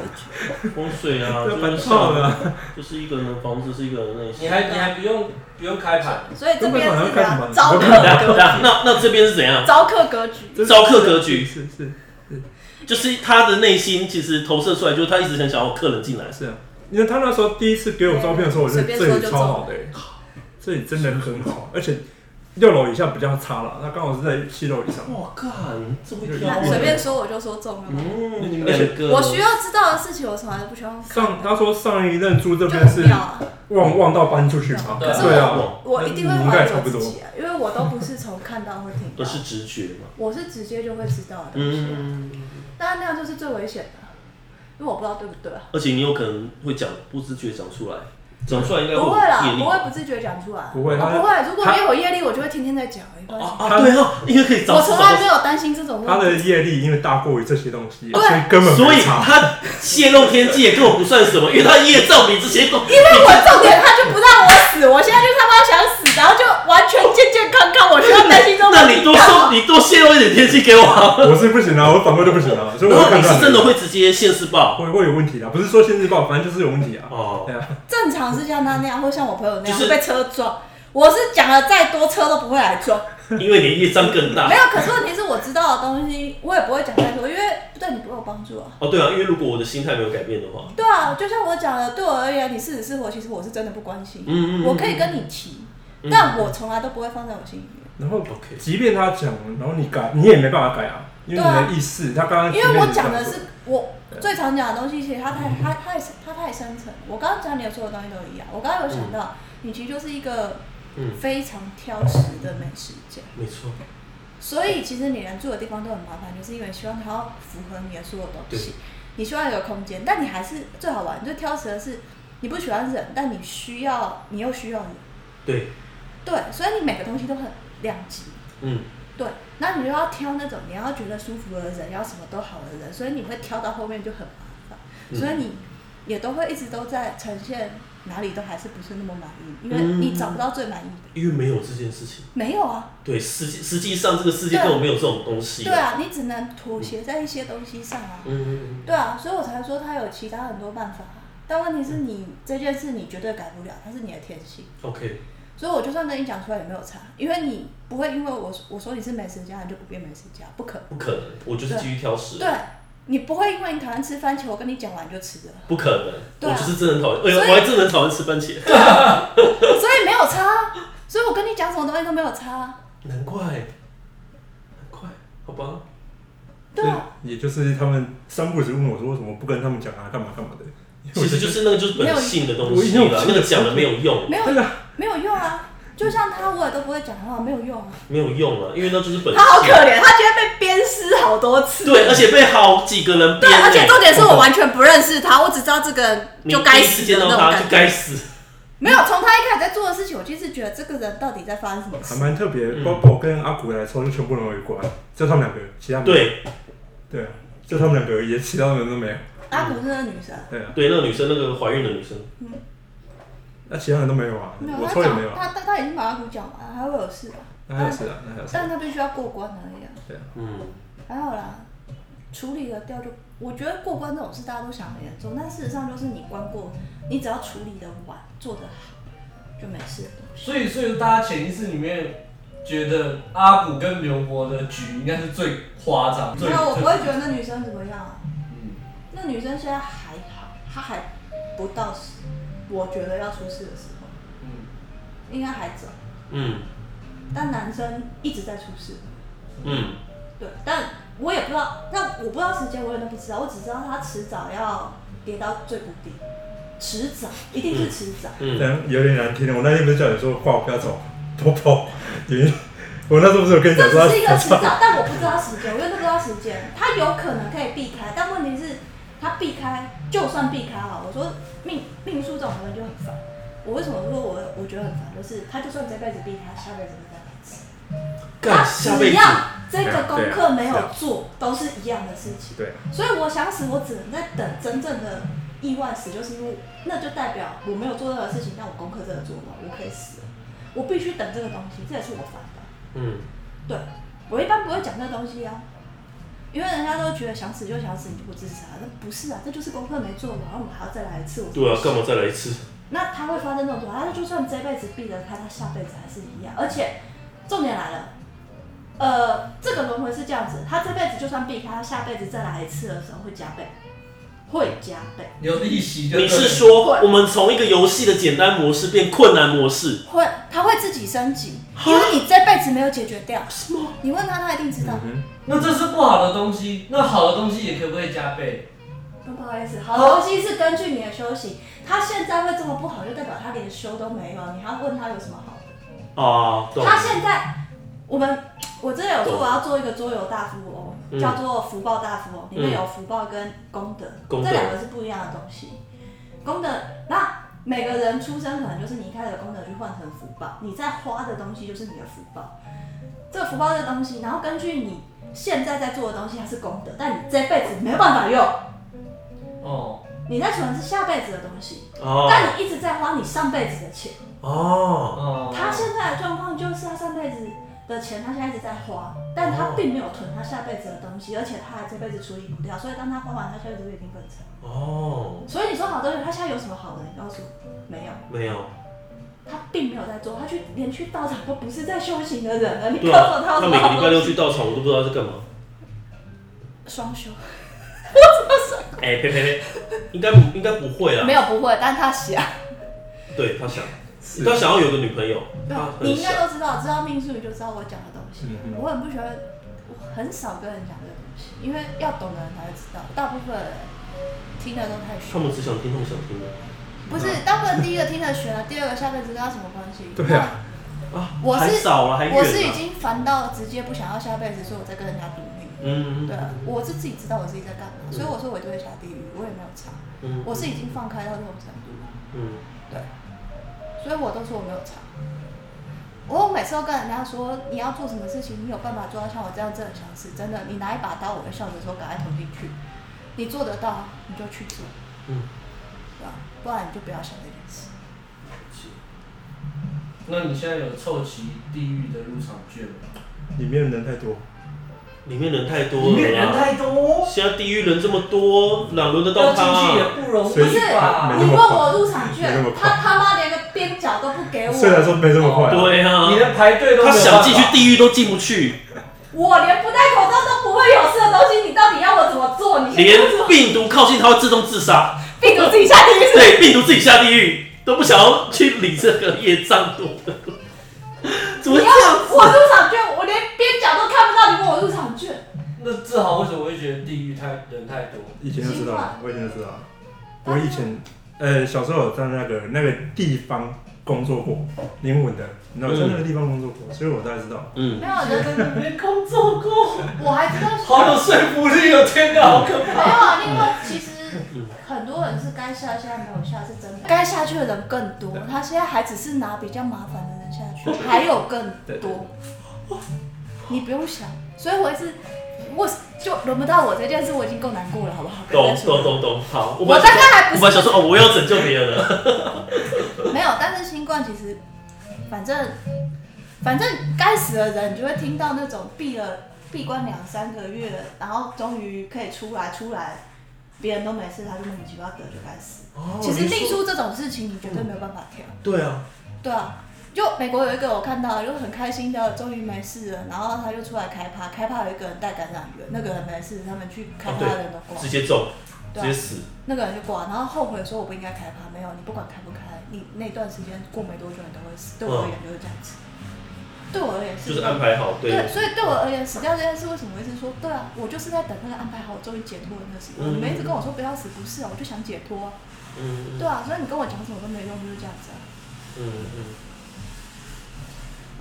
Speaker 2: 局，
Speaker 3: 风水 啊，
Speaker 5: 这
Speaker 3: 就是
Speaker 5: 蛮臭的
Speaker 3: 像，
Speaker 5: 啊，
Speaker 3: 就是一个人的房子是一个人的内
Speaker 1: 你
Speaker 3: 心。
Speaker 1: 还你还不用不用开盘，
Speaker 2: 所以这边
Speaker 5: 根本
Speaker 2: 是
Speaker 5: 好像
Speaker 2: 怎
Speaker 5: 看什么
Speaker 2: 样？招
Speaker 3: 等下
Speaker 2: 客
Speaker 3: 等下那那这边是怎 样？
Speaker 2: 招客格局，
Speaker 3: 招客格局
Speaker 5: 是是
Speaker 3: 就是他的内心其实投射出来，就是他一直很想要客人进来。
Speaker 5: 是啊，因为他那时候第一次给我照片的时候，我觉
Speaker 2: 随
Speaker 5: 得
Speaker 2: 便
Speaker 5: 这
Speaker 2: 说
Speaker 5: 里
Speaker 2: 就
Speaker 5: 超好的、欸，这里真的很好，而且六楼以下比较差了，他刚好是在七楼以上。
Speaker 3: 哇靠，这会挑
Speaker 2: 那
Speaker 3: 啊
Speaker 2: 随便说我就说中了。
Speaker 3: 嗯，你们两个，
Speaker 2: 我需要知道的事情，我从来都不需要看
Speaker 5: 上他说上一任租这
Speaker 2: 就
Speaker 5: 边
Speaker 2: 很
Speaker 5: 是
Speaker 2: 妙啊。
Speaker 5: 旺旺到搬出去嘛，
Speaker 1: 对啊
Speaker 5: 对啊，
Speaker 3: 哇，
Speaker 2: 我一定会
Speaker 5: 你应该
Speaker 2: 怀
Speaker 5: 也
Speaker 2: 疑
Speaker 5: 差
Speaker 2: 我
Speaker 5: 不
Speaker 2: 自
Speaker 5: 多
Speaker 2: 己啊，因为我都不是从看到会听
Speaker 3: 那
Speaker 2: 到，
Speaker 3: 是直觉嘛？
Speaker 2: 我是直接就会知道的东西啊。
Speaker 3: 嗯，
Speaker 2: 但那样就是最危险的，因为我不知道对不对啊。
Speaker 3: 而且你有可能会讲不自觉讲出来，讲出来应该
Speaker 2: 不会啦，
Speaker 3: 业力
Speaker 2: 不会不自觉讲出来，
Speaker 5: 不会
Speaker 2: 我
Speaker 5: 他
Speaker 2: 不会。如果
Speaker 5: 他
Speaker 2: 没有业力，我就会天天在讲，没关系。
Speaker 4: 哦
Speaker 3: 啊啊，对啊，应该可以早
Speaker 2: 我
Speaker 3: 知
Speaker 2: 从
Speaker 3: 道
Speaker 2: 来没有担心这种
Speaker 5: 他
Speaker 2: 问
Speaker 5: 的
Speaker 2: 题。
Speaker 5: 业力因为大过于这些东西，
Speaker 2: 对
Speaker 5: 所以根本
Speaker 3: 所以
Speaker 5: 没差。
Speaker 3: 他泄露天机也根本不算什么，因为他业障比这些都
Speaker 2: 因为我重点他就不让我死，我现在就他妈想死，然后就完全健健康康，我需要担心这 种
Speaker 4: 那你多说，你多泄露一点天气给我啊。
Speaker 5: 我是不行啊，我反过就不行 啊，所以
Speaker 3: 然
Speaker 5: 我
Speaker 3: 后
Speaker 5: 看
Speaker 3: 你
Speaker 5: 到
Speaker 3: 是真的会直接现世报
Speaker 5: 会会有问题啊，不是说现日报，反正就是有问题啊。
Speaker 3: 哦，
Speaker 5: 对啊，
Speaker 2: 正常是像他那样，或像我朋友那样、
Speaker 3: 就是
Speaker 2: 会被车撞。我是讲了再多，车都不会来撞。
Speaker 4: 啊
Speaker 3: 因为你的业障更大
Speaker 2: 没。有，可是问题是我知道的东西，我也不会讲太多，因为对你不会有帮助啊。
Speaker 3: 哦，对啊，因为如果我的心态没有改变的话，
Speaker 2: 对啊，就像我讲的，对我而言，你是死是活，其实我是真的不关心。
Speaker 3: 嗯嗯嗯嗯
Speaker 2: 我可以跟你提，但我从来都不会放在我心里面，
Speaker 5: 然后
Speaker 3: OK
Speaker 5: 即便他讲，然后你改，你也没办法改啊，因为你的意识，他刚刚
Speaker 2: 因为我
Speaker 5: 前面也
Speaker 2: 讲的
Speaker 5: 这样
Speaker 2: 是
Speaker 5: 说
Speaker 2: 我最常讲的东西，其实它太它太它太深层。我刚刚讲你的所有东西都一样，我刚刚有想到，你其实就是一个
Speaker 3: 嗯
Speaker 2: 非常挑食的美食家。
Speaker 3: 没错，
Speaker 2: 所以其实你连住的地方都很麻烦，就是因为你希望它要符合你的所有东西
Speaker 3: 对，
Speaker 2: 你希望有空间，但你还是最好玩，最挑食的是你不喜欢人，但你需要，你又需要人，
Speaker 3: 对，
Speaker 2: 对，所以你每个东西都很两极，
Speaker 3: 嗯，
Speaker 2: 对，那你就要挑那种你要觉得舒服的人，要什么都好的人，所以你会挑到后面就很麻烦，
Speaker 3: 嗯
Speaker 2: 所以你也都会一直都在呈现哪里都还是不是那么满意，因为
Speaker 3: 嗯
Speaker 2: 你找不到最满意的，
Speaker 3: 因为没有这件事情。
Speaker 2: 没有啊，
Speaker 3: 对，实际实际上这个世界
Speaker 2: 对
Speaker 3: 根本没有这种东西。
Speaker 2: 对，啊，你只能妥协在一些东西上啊。
Speaker 3: 嗯，
Speaker 2: 对啊，所以我才说他有其他很多办法，但问题是你这件事你绝对改不了，它是你的天性。
Speaker 3: OK，
Speaker 2: 所以我就算跟你讲出来也没有差，因为你不会因为我我说你是美食家，你就不变美食家，啊不可能。
Speaker 3: 不可能，我就是继续挑食，
Speaker 2: 对，你不会因为你讨厌吃番茄，我跟你讲完就吃了，
Speaker 3: 不可能，
Speaker 2: 对
Speaker 3: 我
Speaker 2: 啊
Speaker 3: 就是真的很讨厌，哎
Speaker 2: 所以
Speaker 3: 呦，我还真的很讨厌吃番茄，
Speaker 2: 所以没有差啊。所以我跟你讲什么东西都没有差啊，
Speaker 3: 难怪，难怪，好吧，
Speaker 2: 对啊，
Speaker 5: 也就是他们三不时问我说，为什么不跟他们讲啊，干嘛干嘛的。
Speaker 3: 其实就是那个就是本性的东西
Speaker 5: 没有我
Speaker 3: 啦，
Speaker 5: 我
Speaker 3: 那个讲了没有用，
Speaker 2: 没有
Speaker 5: 对啊，
Speaker 2: 没有用啊。就像他，我也都不会讲话，没有用啊。
Speaker 3: 没有用啊，因为那就是本性。
Speaker 2: 他好可怜，他居然被鞭尸好多次。
Speaker 3: 对，而且被好几个人
Speaker 2: 对，
Speaker 3: 编、欸，
Speaker 2: 而且重点是我完全不认识他，我只知道这个人
Speaker 3: 你
Speaker 2: 就该
Speaker 3: 第一次
Speaker 2: 死的
Speaker 3: 见到
Speaker 2: 那种
Speaker 3: 他
Speaker 2: 感
Speaker 3: 就
Speaker 2: 觉。
Speaker 3: 该死，
Speaker 2: 没有，从他一开始在做的事情，我就是觉得这个人到底在发生什么
Speaker 5: 还
Speaker 2: 事。
Speaker 5: 蛮特别。
Speaker 3: 嗯
Speaker 5: 包括我跟阿古来说，就全部人围观，就他们两个，其他没有
Speaker 3: 对
Speaker 5: 对啊，就他们两个而已，其他人都没有。
Speaker 2: 阿古是那个女生，
Speaker 5: 对啊，
Speaker 3: 对，那个女生，那个怀孕的女生，
Speaker 5: 那其他人都没有啊，
Speaker 2: 没有
Speaker 5: 我
Speaker 2: 他
Speaker 5: 抽也没
Speaker 2: 讲
Speaker 5: 有，啊，
Speaker 2: 他他他已经把阿古讲完，还会有事吧？
Speaker 5: 那还有谁啊？那还有谁
Speaker 2: 但？是他嗯必须要过关而已啊，
Speaker 3: 嗯，
Speaker 2: 还好啦，处理得掉就。我觉得过关这种事大家都想得严重，但事实上就是你关过，你只要处理的完，做得好，就没事。
Speaker 8: 所以，所以大家潜意识里面觉得阿古跟刘伯的局应该是最夸张、最
Speaker 2: 没有，我不会觉得嗯那女生怎么样啊。
Speaker 8: 嗯
Speaker 2: 那女生现在还好，她还不到时我觉得要出事的时候，
Speaker 8: 嗯
Speaker 2: 应该还早。
Speaker 3: 嗯
Speaker 2: 但男生一直在出事，
Speaker 3: 嗯，
Speaker 2: 对，但我也不知道，那我不知道时间，我也都不知道，我只知道他迟早要跌到最谷底，迟早一定是迟早。
Speaker 3: 嗯
Speaker 5: 这样有点难听的。我那天不是叫你说话不要走，多 跑，原因我那时候不是有跟你
Speaker 2: 这
Speaker 5: 讲说
Speaker 2: 只是一个
Speaker 5: 要
Speaker 2: 迟早，但我不知道时间，我也不知道时间，他有可能可以避开，但问题是，他避开就算避开好了，我说命命数这种东西就很烦。我为什么说我我觉得很烦，就是他就算这辈子避开，下辈子会再来一次。
Speaker 3: 干
Speaker 2: 他
Speaker 3: 下
Speaker 2: 只
Speaker 3: 辈子
Speaker 2: 要这个功课没有做，都是一样的事情。
Speaker 5: 对啊，
Speaker 2: 所以我想死，我只能在等真正的意外死，就是因为那就代表我没有做任何事情，但我功课真的做完，我可以死了。我必须等这个东西，这也是我烦的。
Speaker 3: 嗯，
Speaker 2: 对，我一般不会讲这东西啊，因为人家都觉得想死就想死，你就不自杀，那不是啊，这就是功课没做完，然后我还要再来一次。我
Speaker 3: 对啊，干嘛再来一次？
Speaker 2: 那他会发生这种状况，他就算这辈子避了他，他下辈子还是一样。而且重点来了，呃，这个轮回是这样子，他这辈子就算避开，他下辈子再来一次的时候会加倍，会加倍，
Speaker 8: 有利息就对
Speaker 3: 你
Speaker 8: 了
Speaker 3: 是说我们从一个游戏的简单模式变困难模式？
Speaker 2: 会他会自己升级，因为你这辈子没有解决掉，
Speaker 3: 什么？嗯
Speaker 2: 你问他，他一定
Speaker 5: 啊
Speaker 2: 知道。
Speaker 8: 那这是不好的东西，那好的东西也可不可以加倍？
Speaker 2: 哦不好意思，好东西是根据你的修行，他现在会这么不好，就代表他连修都没有，你还要问他有什么好？
Speaker 3: 啊，懂。
Speaker 2: 他现在，我们我之前有说我要做一个桌游大富翁，
Speaker 3: 嗯
Speaker 2: 叫做福报大富翁，里
Speaker 3: 嗯
Speaker 2: 面有福报跟功德，
Speaker 3: 功德
Speaker 2: 这两个是不一样的东西。功德，那每个人出生可能就是你一开始的功德去换成福报，你在花的东西就是你的福报。这个福报这东西，然后根据你现在在做的东西，它是功德，但你这辈子没有办法用，
Speaker 8: 哦，
Speaker 2: 你在存的是下辈子的东西，
Speaker 3: 哦
Speaker 2: 但你一直在花你上辈子的钱。
Speaker 3: 哦，
Speaker 8: 哦，
Speaker 2: 他现在的状况就是他上辈子的钱他现在一直在花，但
Speaker 3: 哦
Speaker 2: 他并没有囤他下辈子的东西，而且他还这辈子处理不掉，所以当他花完，他下辈子会变更惨。
Speaker 3: 哦，
Speaker 2: 所以你说好东西，他现在有什么好的？你告诉我，没有，
Speaker 3: 没有，
Speaker 2: 他并没有在做，他去连去道场都不是在修行的人了，你告
Speaker 3: 对
Speaker 2: 诉我
Speaker 3: 啊，
Speaker 2: 他有
Speaker 3: 他
Speaker 2: 什
Speaker 3: 每
Speaker 2: 么
Speaker 3: 个
Speaker 2: 好
Speaker 3: 礼拜
Speaker 2: 东
Speaker 3: 六
Speaker 2: 西？
Speaker 3: 去道场，我都不知道在干嘛。
Speaker 2: 双 修
Speaker 3: 哎，呸呸呸，应该不应该不会啦
Speaker 2: 没。有不会，但他想。
Speaker 3: 对他想，他想要有个女朋友，
Speaker 2: 对啊
Speaker 3: 他
Speaker 2: 你
Speaker 3: 啊很
Speaker 2: 应
Speaker 3: 想
Speaker 2: 该。都知道，知道命数你就知道我讲的东西。
Speaker 1: 嗯
Speaker 2: 我很不喜欢，我很少跟人讲这个东西，因为要懂的人才会知道，大部分人听的都太
Speaker 3: 他
Speaker 2: 玄。
Speaker 3: 们只想听他们想听的。
Speaker 2: 不是，大部分第一个听得玄了，第二个下辈子跟他什么关系？
Speaker 3: 对啊啊，
Speaker 2: 我
Speaker 3: 还
Speaker 2: 是
Speaker 3: 少了，还
Speaker 2: 那
Speaker 3: 远
Speaker 2: 我是已
Speaker 3: 了。
Speaker 2: 经烦到直接不想要下辈子，所以我在跟人家赌命。
Speaker 3: 嗯
Speaker 2: 对啊，我是自己知道我自己在干嘛，所以我说我就会下地狱，我也没有差，
Speaker 3: 嗯
Speaker 2: 我是已经放开到这种程度了。
Speaker 3: 嗯，
Speaker 2: 对，所以我都说我没有差。我每次都跟人家说，你要做什么事情，你有办法做到像我这样正常事，真的，你拿一把刀，我会笑着说赶快投进去，你做得到你就去做，
Speaker 3: 嗯，
Speaker 2: 对吧？不然你就不要想这件事。
Speaker 8: 那你现在有凑齐地狱的入场券吗？
Speaker 5: 里面人太多，
Speaker 3: 里面人太多
Speaker 8: 里面
Speaker 3: 了
Speaker 8: 人
Speaker 3: 啦。
Speaker 8: 太多，
Speaker 3: 现在地狱人这么多，哪轮得
Speaker 8: 要
Speaker 3: 到
Speaker 8: 进去也
Speaker 3: 他？
Speaker 8: 不容
Speaker 5: 所以
Speaker 8: 易吧
Speaker 5: 没？那
Speaker 2: 你
Speaker 5: 么
Speaker 2: 问
Speaker 5: 快
Speaker 2: 我入场
Speaker 5: 没那
Speaker 2: 券
Speaker 5: 么，
Speaker 2: 他
Speaker 5: 快
Speaker 2: 他妈连个边角都不给
Speaker 5: 虽然
Speaker 2: 哎我，
Speaker 5: 说没这么快，
Speaker 3: 对啊
Speaker 8: 你，连排队都没
Speaker 3: 他
Speaker 8: 有办法
Speaker 3: 想进去地狱都进不去，
Speaker 2: 我连不戴口罩都不会有事的东西，你到底要我怎么做？你
Speaker 3: 连病毒靠近他会自动自杀，
Speaker 2: 病毒自己下地狱是不是
Speaker 3: 对，病毒自己下地狱都不想要去理这个业障多的。怎么
Speaker 2: 你
Speaker 3: 这
Speaker 2: 要
Speaker 3: 样
Speaker 2: 我
Speaker 3: 子？
Speaker 2: 入场券，我连边角都看不到，你问我入场券？
Speaker 8: 那志豪为什么会觉得地狱太人太多？
Speaker 5: 以前就知道了，我以前就知道了。我以前呃小时候有在那个那个地方工作过，灵魂的，然后在那个地方工作过，所以我大概知道。
Speaker 3: 嗯，
Speaker 2: 没有人，
Speaker 8: 在那边工作过，
Speaker 2: 我还知道是
Speaker 8: 好有说服力哦！天哪，好可
Speaker 2: 没
Speaker 8: 怕！
Speaker 2: 有啊。另外，其实很多人是该下，现在没有下是真的。该下去的人更多，他现在还只是拿比较麻烦的人下去，还有更多。你不用想，所以我一直我就轮不到我这件事，我已经够难过了，好不好？
Speaker 3: 懂
Speaker 2: 跟大家
Speaker 3: 懂
Speaker 2: 说
Speaker 3: 懂懂，好，我
Speaker 2: 我
Speaker 3: 本来
Speaker 2: 大
Speaker 3: 想说
Speaker 2: 概还
Speaker 3: 我
Speaker 2: 不
Speaker 3: 本来
Speaker 2: 是
Speaker 3: 想说哦，我要拯救别人了。
Speaker 2: 没有，但是新冠其实，反正反正该死的人，你就会听到那种闭了闭关两三个月，然后终于可以出来，出来别人都没事，他就莫名其妙得就该死。
Speaker 3: 哦
Speaker 2: 其
Speaker 5: 哦
Speaker 2: 实秘书这种事情，你绝对没有办法调。
Speaker 3: 对 啊，
Speaker 2: 对啊，就美国有一个我看到，就很开心的，终于没事了，然后他就出来开趴，开趴有一个人带感染源，那个人没事，他们去开
Speaker 3: 哦
Speaker 2: 趴
Speaker 3: 对
Speaker 2: 的人都挂了
Speaker 3: 直。接中，直
Speaker 2: 对啊
Speaker 3: 接死。
Speaker 2: 那个人就挂，然后后悔说我不应该开趴，没有，你不管开不开，你那段时间过没多久你都会死。对我而言就是这样子，对我而言
Speaker 3: 就是嗯安排好，对
Speaker 2: 对，所以对我而言死掉这件事，为什么我一直说对啊？我就是在等那个安排好，我终于解脱的那个时候。
Speaker 3: 嗯
Speaker 2: 你们一直跟我说不要死，不是啊，我就想解脱啊、
Speaker 3: 嗯
Speaker 2: 对啊，所以你跟我讲什么都没用，就是这样子啊，
Speaker 3: 嗯嗯，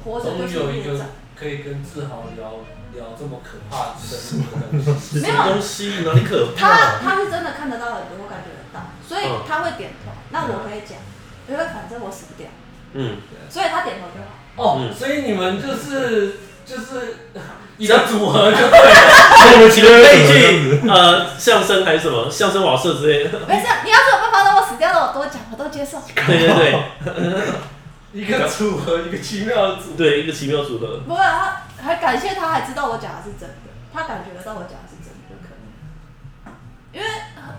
Speaker 2: 活着
Speaker 8: 终于
Speaker 2: 就是
Speaker 8: 有一
Speaker 2: 业
Speaker 8: 个
Speaker 2: 障。
Speaker 8: 可以跟志豪聊聊这么可怕深入 的东西。
Speaker 2: 没
Speaker 3: 什么
Speaker 2: 有
Speaker 3: 东西哪里
Speaker 8: 啊
Speaker 3: 可
Speaker 2: 他
Speaker 3: 怕？
Speaker 2: 他是真的看得到很多，我感觉得到，所以
Speaker 3: 嗯
Speaker 2: 他会点头。那
Speaker 8: 啊
Speaker 2: 我可以讲，因为反正我死不掉，
Speaker 3: 嗯，
Speaker 2: 所以他点头就好。
Speaker 8: 哦，
Speaker 3: 嗯
Speaker 8: 所以你们就是就是一个组合就对了。
Speaker 3: 我们
Speaker 5: 其
Speaker 3: 请了
Speaker 5: 实没
Speaker 3: 配
Speaker 5: 有什么
Speaker 3: 句呃相声还是什么相声瓦舍之 类的，
Speaker 2: 没事，你要是有办法让我死掉的，我多讲，我都接 受。
Speaker 3: 对对对
Speaker 8: 一个组合，一个奇妙的组合。
Speaker 3: 对，一个奇妙组合，
Speaker 2: 不会，他还感谢他，还知道我讲的是真的，他感觉得到我讲的是真的，可能。因为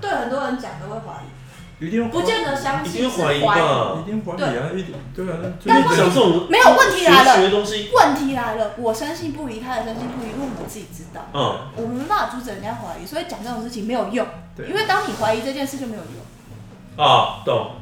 Speaker 2: 对很多人讲都会怀疑，
Speaker 5: 一定要
Speaker 2: 不见得相
Speaker 3: 一
Speaker 2: 信，
Speaker 3: 定
Speaker 2: 是
Speaker 3: 会怀疑吧
Speaker 5: 一？定怀疑啊，一定对啊，就
Speaker 3: 就是
Speaker 5: 是
Speaker 3: 讲这种
Speaker 2: 没有问题啊来
Speaker 3: 玄学的
Speaker 2: 了，
Speaker 3: 东西，
Speaker 2: 问题来了，我深信不疑，他也深信不疑，因为我们自己知道，
Speaker 3: 嗯，
Speaker 2: 我们没办法阻止人家怀疑，所以讲这种事情没有用，
Speaker 5: 对
Speaker 2: 因为当你怀疑这件事就没有用，
Speaker 3: 啊，懂，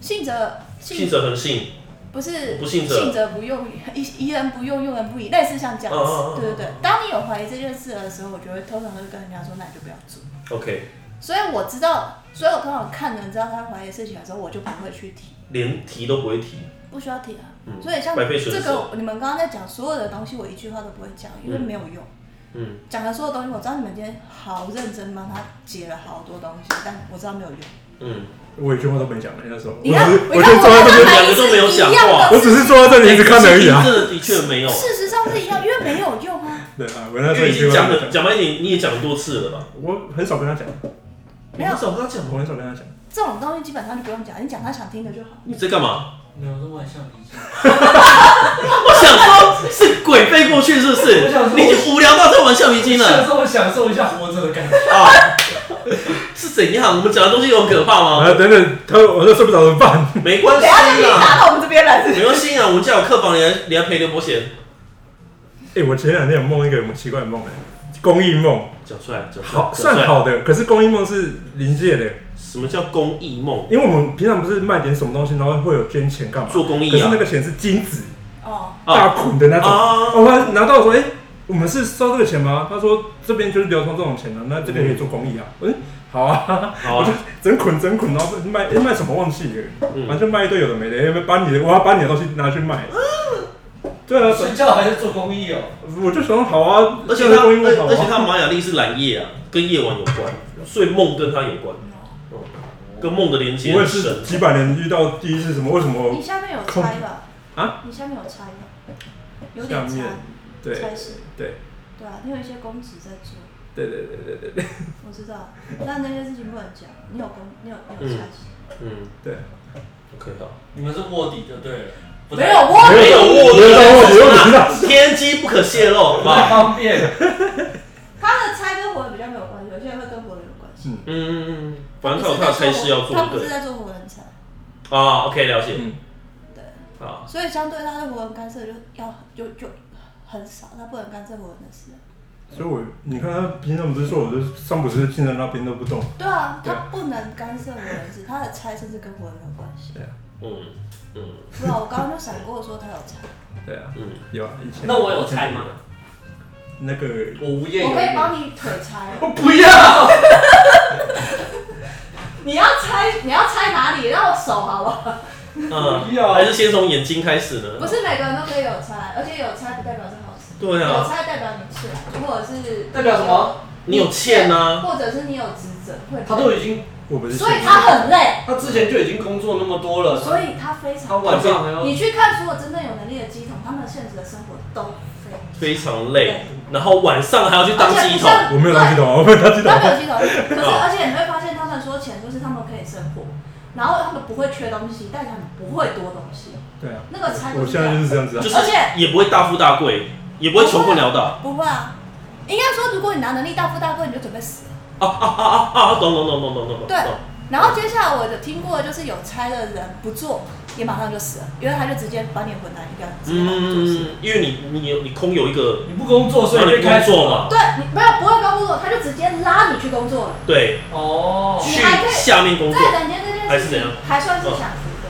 Speaker 2: 信则
Speaker 3: 信
Speaker 2: 信
Speaker 3: 者恒信，
Speaker 2: 不是
Speaker 3: 不信则
Speaker 2: 信则不用，疑疑人不用，用人不疑，类似像这样子，
Speaker 3: 嗯嗯嗯嗯
Speaker 2: 对对对。当你有怀疑这件事的时候，我就会通常会跟人家说，那你就不要做。
Speaker 3: ，OK，
Speaker 2: 所以我知道，所以我通常看人知道他怀疑的事情的时候，我就不会去提，
Speaker 3: 连提都不会提，
Speaker 2: 不需要提啊。
Speaker 3: 嗯
Speaker 2: 所以像
Speaker 3: 百倍损
Speaker 2: 这
Speaker 3: 失
Speaker 2: 个，你们刚刚在讲所有的东西，我一句话都不会讲，因为没有用。
Speaker 3: 嗯，
Speaker 2: 讲的所有东西，我知道你们今天好认真帮他解了好多东西，但我知道没有用。
Speaker 3: 嗯，
Speaker 5: 我一句话都没讲那时候，我
Speaker 2: 你看，
Speaker 5: 只是
Speaker 2: 你
Speaker 5: 我就
Speaker 2: 看
Speaker 5: 坐在
Speaker 2: 我
Speaker 5: 这
Speaker 2: 跟
Speaker 5: 边，
Speaker 2: 他
Speaker 3: 两
Speaker 2: 还
Speaker 3: 个都没有
Speaker 2: 是一
Speaker 3: 讲
Speaker 2: 样
Speaker 3: 话
Speaker 2: 的，
Speaker 5: 我只是坐在这里一直看而已啊。
Speaker 3: 这的确没有，
Speaker 2: 事实上是一样，因为没有用啊。
Speaker 5: 对啊，我那
Speaker 3: 因
Speaker 5: 时候
Speaker 3: 为已
Speaker 5: 一
Speaker 3: 经
Speaker 5: 句话
Speaker 3: 讲
Speaker 5: 都没
Speaker 3: 了，讲
Speaker 5: 讲，
Speaker 3: 完你你也讲很多次了吧？
Speaker 5: 我很少跟他讲，
Speaker 2: 没有
Speaker 3: 你很少跟他讲
Speaker 5: 我很少跟他讲。
Speaker 2: 这种东西基本上就不用讲，你讲他想听的就好。
Speaker 3: 你在干嘛？
Speaker 8: 没有，是外向脾气。
Speaker 4: 我想说，是鬼飞过去是不是
Speaker 8: 我想？说
Speaker 4: 你已经无聊到在玩橡皮筋
Speaker 8: 享
Speaker 4: 了，
Speaker 8: 受享受一下活着的 感觉。
Speaker 3: 啊
Speaker 4: 是怎样？我们讲的东西有很可怕
Speaker 5: 然
Speaker 4: 吗？
Speaker 5: 后啊等等，他我都睡不着怎么办？
Speaker 3: 没关系
Speaker 2: 等一下就给你
Speaker 3: 啦，
Speaker 2: 打到我们这边来，是不是
Speaker 3: 没关系啊，我们家有客房，你还你还赔刘伯贤，
Speaker 5: 哎、我前两天有梦一个很奇怪的梦、哎，公益梦，
Speaker 3: 讲出来，讲出来，
Speaker 5: 好
Speaker 3: 讲出来
Speaker 5: 算。好的，可是公益梦是临界的，
Speaker 3: 什么叫公益梦？
Speaker 5: 因为我们平常不是卖点什么东西，然后会有捐钱干嘛？
Speaker 3: 做公益啊
Speaker 5: 可是那个钱是金子
Speaker 2: 哦，
Speaker 3: 啊
Speaker 5: 大捆的那种。
Speaker 3: 啊
Speaker 5: 我还拿到说，哎、我们是收这个钱吗？他说这边就是流通这种钱的、那这个也可以做公益啊。嗯，好啊，
Speaker 3: 好啊
Speaker 5: 整捆整捆，然后卖、哎卖什么忘记了，
Speaker 3: 嗯
Speaker 5: 反正卖一堆有的没的，哎把你的我要把你的东西拿 去卖。对啊，
Speaker 8: 睡觉还是做公益哦。
Speaker 5: 我就想好啊，
Speaker 3: 而且
Speaker 5: 这样
Speaker 3: 他，
Speaker 5: 的公益梦好
Speaker 3: 而而且
Speaker 5: 啊。
Speaker 3: 他玛雅历是蓝夜啊，跟夜晚有关，所以梦跟他有关，嗯跟梦的连接
Speaker 5: 哦我也
Speaker 3: 很
Speaker 5: 是
Speaker 3: 深。
Speaker 5: 几百年遇到第一次什么？为什
Speaker 9: 你
Speaker 5: 么？
Speaker 9: 下面有猜吧？
Speaker 5: 啊？
Speaker 9: 你下面有猜吧？有点
Speaker 5: 下
Speaker 9: 猜
Speaker 5: 面，对
Speaker 9: 猜是，
Speaker 5: 对
Speaker 9: 对啊，你有一些公职在做，
Speaker 5: 对对对对对对
Speaker 9: 我知道，但那些事情不能讲。你有公，你有你有猜是，
Speaker 3: 嗯
Speaker 5: 对，
Speaker 3: ，OK 好。
Speaker 8: 你们是卧底就对了，不
Speaker 2: 没
Speaker 8: 太
Speaker 2: 有我
Speaker 3: 没有卧
Speaker 5: 没有卧底我知
Speaker 3: 底，
Speaker 5: 道
Speaker 3: 天机不可泄露，好
Speaker 8: 不
Speaker 3: 不
Speaker 8: 太
Speaker 3: 好？
Speaker 8: 方便。
Speaker 2: 他的猜跟活人比较没有关系，有些人会跟活人有关系。
Speaker 5: 嗯
Speaker 3: 嗯嗯嗯，反正他有他的差事要做，
Speaker 2: 他
Speaker 3: 对
Speaker 2: 不
Speaker 3: 不
Speaker 2: 是
Speaker 3: 对？
Speaker 2: 在做活人猜，
Speaker 3: 啊，OK，了解。
Speaker 5: 嗯
Speaker 2: 对，
Speaker 3: 好，
Speaker 2: 所以相对他对活人干涉就要就就很少，他不能干涉活人的事。
Speaker 5: 所以我你看他平常不是说我的上不是进到那边都不动，
Speaker 2: 对啊，他不能干涉活人的事，他的猜甚至跟活人没有关系。
Speaker 3: 嗯嗯
Speaker 2: 不然我刚刚就闪过说他有猜，
Speaker 5: 对啊，
Speaker 3: 嗯，
Speaker 5: 有啊，以前
Speaker 1: 那我有猜吗？
Speaker 5: 那个
Speaker 1: 我无业游
Speaker 2: 我
Speaker 1: 民。
Speaker 2: 可以帮你腿猜。
Speaker 1: 我不要。
Speaker 2: 你要猜你要猜哪里？让我手好不好？
Speaker 3: 嗯，
Speaker 8: 不要
Speaker 3: 还是先从眼睛开始
Speaker 2: 不
Speaker 3: 呢？
Speaker 2: 是每个人都可以有猜，而且有猜不代表是好事。
Speaker 3: 对
Speaker 2: 有
Speaker 3: 啊，
Speaker 2: 猜代表你欠，或者是
Speaker 1: 代表什么？
Speaker 3: 你有欠啊，
Speaker 2: 或者是你有职责，会
Speaker 1: 他都已经，
Speaker 5: 我不是
Speaker 2: 所以他很累，
Speaker 1: 他之前就已经工作那么多了，
Speaker 2: 所以他非
Speaker 1: 他
Speaker 2: 常。
Speaker 1: 晚上还要
Speaker 2: 你去看所有真正有能力的鸡桶，他们现实的生活都非常
Speaker 3: 非常累，然后晚上还要去当鸡头，
Speaker 5: 我没有垃圾桶啊，我没有垃圾桶
Speaker 2: 他没
Speaker 5: 啊，
Speaker 2: 有鸡桶，可 是而且你会发现，他们说钱就是他们可以生活，然后他们不会缺东西，但他们不会多东西，
Speaker 5: 对啊，
Speaker 2: 那个餐
Speaker 5: 我现在就是这样子啊
Speaker 3: 就，是
Speaker 2: 而且
Speaker 3: 也不会大富大贵，也不会穷困潦倒。
Speaker 2: 不会啊。应该说，如果你拿能力大富大贵，你就准备死了。
Speaker 3: 啊啊啊啊啊！懂懂懂懂懂懂懂。
Speaker 2: 对
Speaker 5: 哦
Speaker 3: 懂
Speaker 2: 然后接下来我的听过的就是有差的人不做，也马上就死了，因为他就直接把你的魂拿一个直接拿去做事。
Speaker 3: 嗯，因为你你有你空有一个，
Speaker 8: 你不工作，哦所
Speaker 3: 所以
Speaker 8: 以
Speaker 3: 你
Speaker 8: 就开
Speaker 3: 工
Speaker 8: 始
Speaker 3: 作。嘛，
Speaker 2: 对你没有不会工作，他就直接拉你去工作了。
Speaker 3: 对，
Speaker 8: 哦，
Speaker 3: 去
Speaker 2: 你还可以
Speaker 3: 下面工作
Speaker 2: 在人间这
Speaker 3: 嗯还
Speaker 2: 件
Speaker 3: 是
Speaker 2: 事
Speaker 3: 怎样嗯
Speaker 2: 情还算是享福的，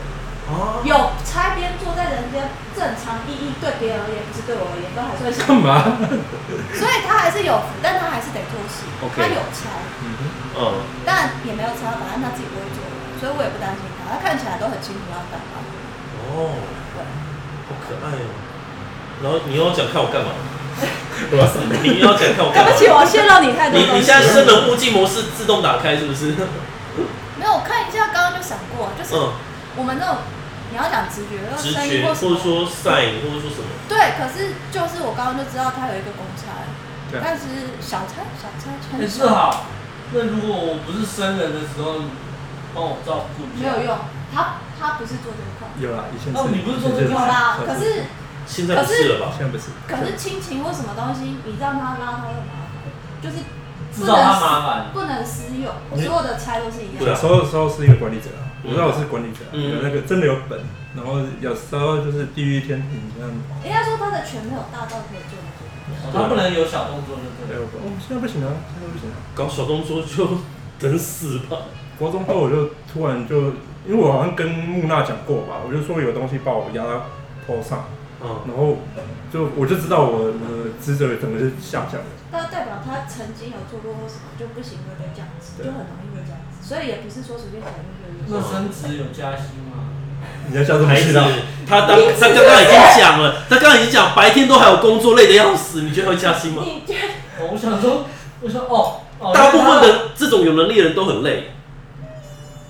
Speaker 3: 啊，
Speaker 2: 有差边做在人间正常意义，对别人而言不是对我而言都还 算享
Speaker 5: 干嘛？
Speaker 2: 福，所以他还是有福，但他还是得做事
Speaker 3: OK
Speaker 2: 他有差，
Speaker 3: 嗯，
Speaker 2: 但也没有差，反正他自己不会做，所以我也不担心他，他看起来都很清楚要干嘛。
Speaker 3: 哦，好可爱哦。然后你又要讲看我 干嘛？
Speaker 5: 我
Speaker 8: 啊
Speaker 5: 要死，
Speaker 3: 你又要讲看我
Speaker 2: 对
Speaker 3: 干
Speaker 2: 不
Speaker 3: 嘛？
Speaker 2: 起，我泄露你太多
Speaker 3: 你
Speaker 2: 东
Speaker 3: 你
Speaker 2: 西
Speaker 3: 现在
Speaker 2: 了。
Speaker 3: 生人勿近模式自动打开是 不是？
Speaker 2: 没有，我看一下刚刚就闪过，就是
Speaker 3: 嗯，
Speaker 2: 我们那种你要讲直觉，要
Speaker 3: 直
Speaker 2: 声音
Speaker 3: 觉
Speaker 2: 或
Speaker 3: 或
Speaker 2: 什么
Speaker 3: 者说 sign 或者说什么，
Speaker 2: 对，可是就是我刚刚就知道他有一个公差
Speaker 5: 对，啊
Speaker 2: 但是小差小差
Speaker 8: 哎，
Speaker 2: 很
Speaker 8: 志
Speaker 2: 小，
Speaker 8: 豪，那如果我不是生人的时候，你帮我照顾一
Speaker 2: 没
Speaker 8: 下
Speaker 2: 有。用，他他不是做这一块，
Speaker 5: 有啊啦，以前
Speaker 8: 哦
Speaker 5: 是，
Speaker 8: 你不是做这
Speaker 5: 以前
Speaker 8: 个
Speaker 2: 有啦，可是
Speaker 3: 现在不是了吧？
Speaker 5: 现在不是，
Speaker 2: 可是亲情或什么东西，你让他拉他会麻烦，就是
Speaker 8: 制造他麻烦。
Speaker 2: 不能私用，
Speaker 5: 你
Speaker 2: 所有的差都是一样
Speaker 3: 对啊
Speaker 2: 的。
Speaker 5: 小时候的时候是一个管理者啊，我知道我是管理者啊，
Speaker 3: 嗯
Speaker 5: 有那个真的有本，然后有时候就是地狱天庭这样，
Speaker 2: 应该说他的权没有大到可以做得
Speaker 8: 哦他不能有小动作，对不对？
Speaker 5: 还有本，哦，现在不行啊，现在不行啊。
Speaker 3: 搞小动作就 等死吧。
Speaker 5: 国中后我就突然就，因为我好像跟木娜讲过吧，我就说有东西把我压到头上，
Speaker 3: 嗯，
Speaker 5: 然后就我就知道我我的职责整个是下降的，
Speaker 2: 那代表他曾经有做过或什么就不行会被这样子，
Speaker 5: 对
Speaker 2: 就很容易会这样子，所以也不是说随便讲就可以
Speaker 8: 那。升职有加薪吗？
Speaker 5: 你要下这么
Speaker 3: 孩
Speaker 5: 细
Speaker 3: 子
Speaker 5: 啦。，
Speaker 3: 他当他刚刚已经讲了，他刚刚已经讲白天都还有工作，累得要死，你觉得他会加薪吗？
Speaker 2: 你觉得
Speaker 8: 哦我想说，我想哦，哦
Speaker 3: 大部分的这种有能力的人都很累。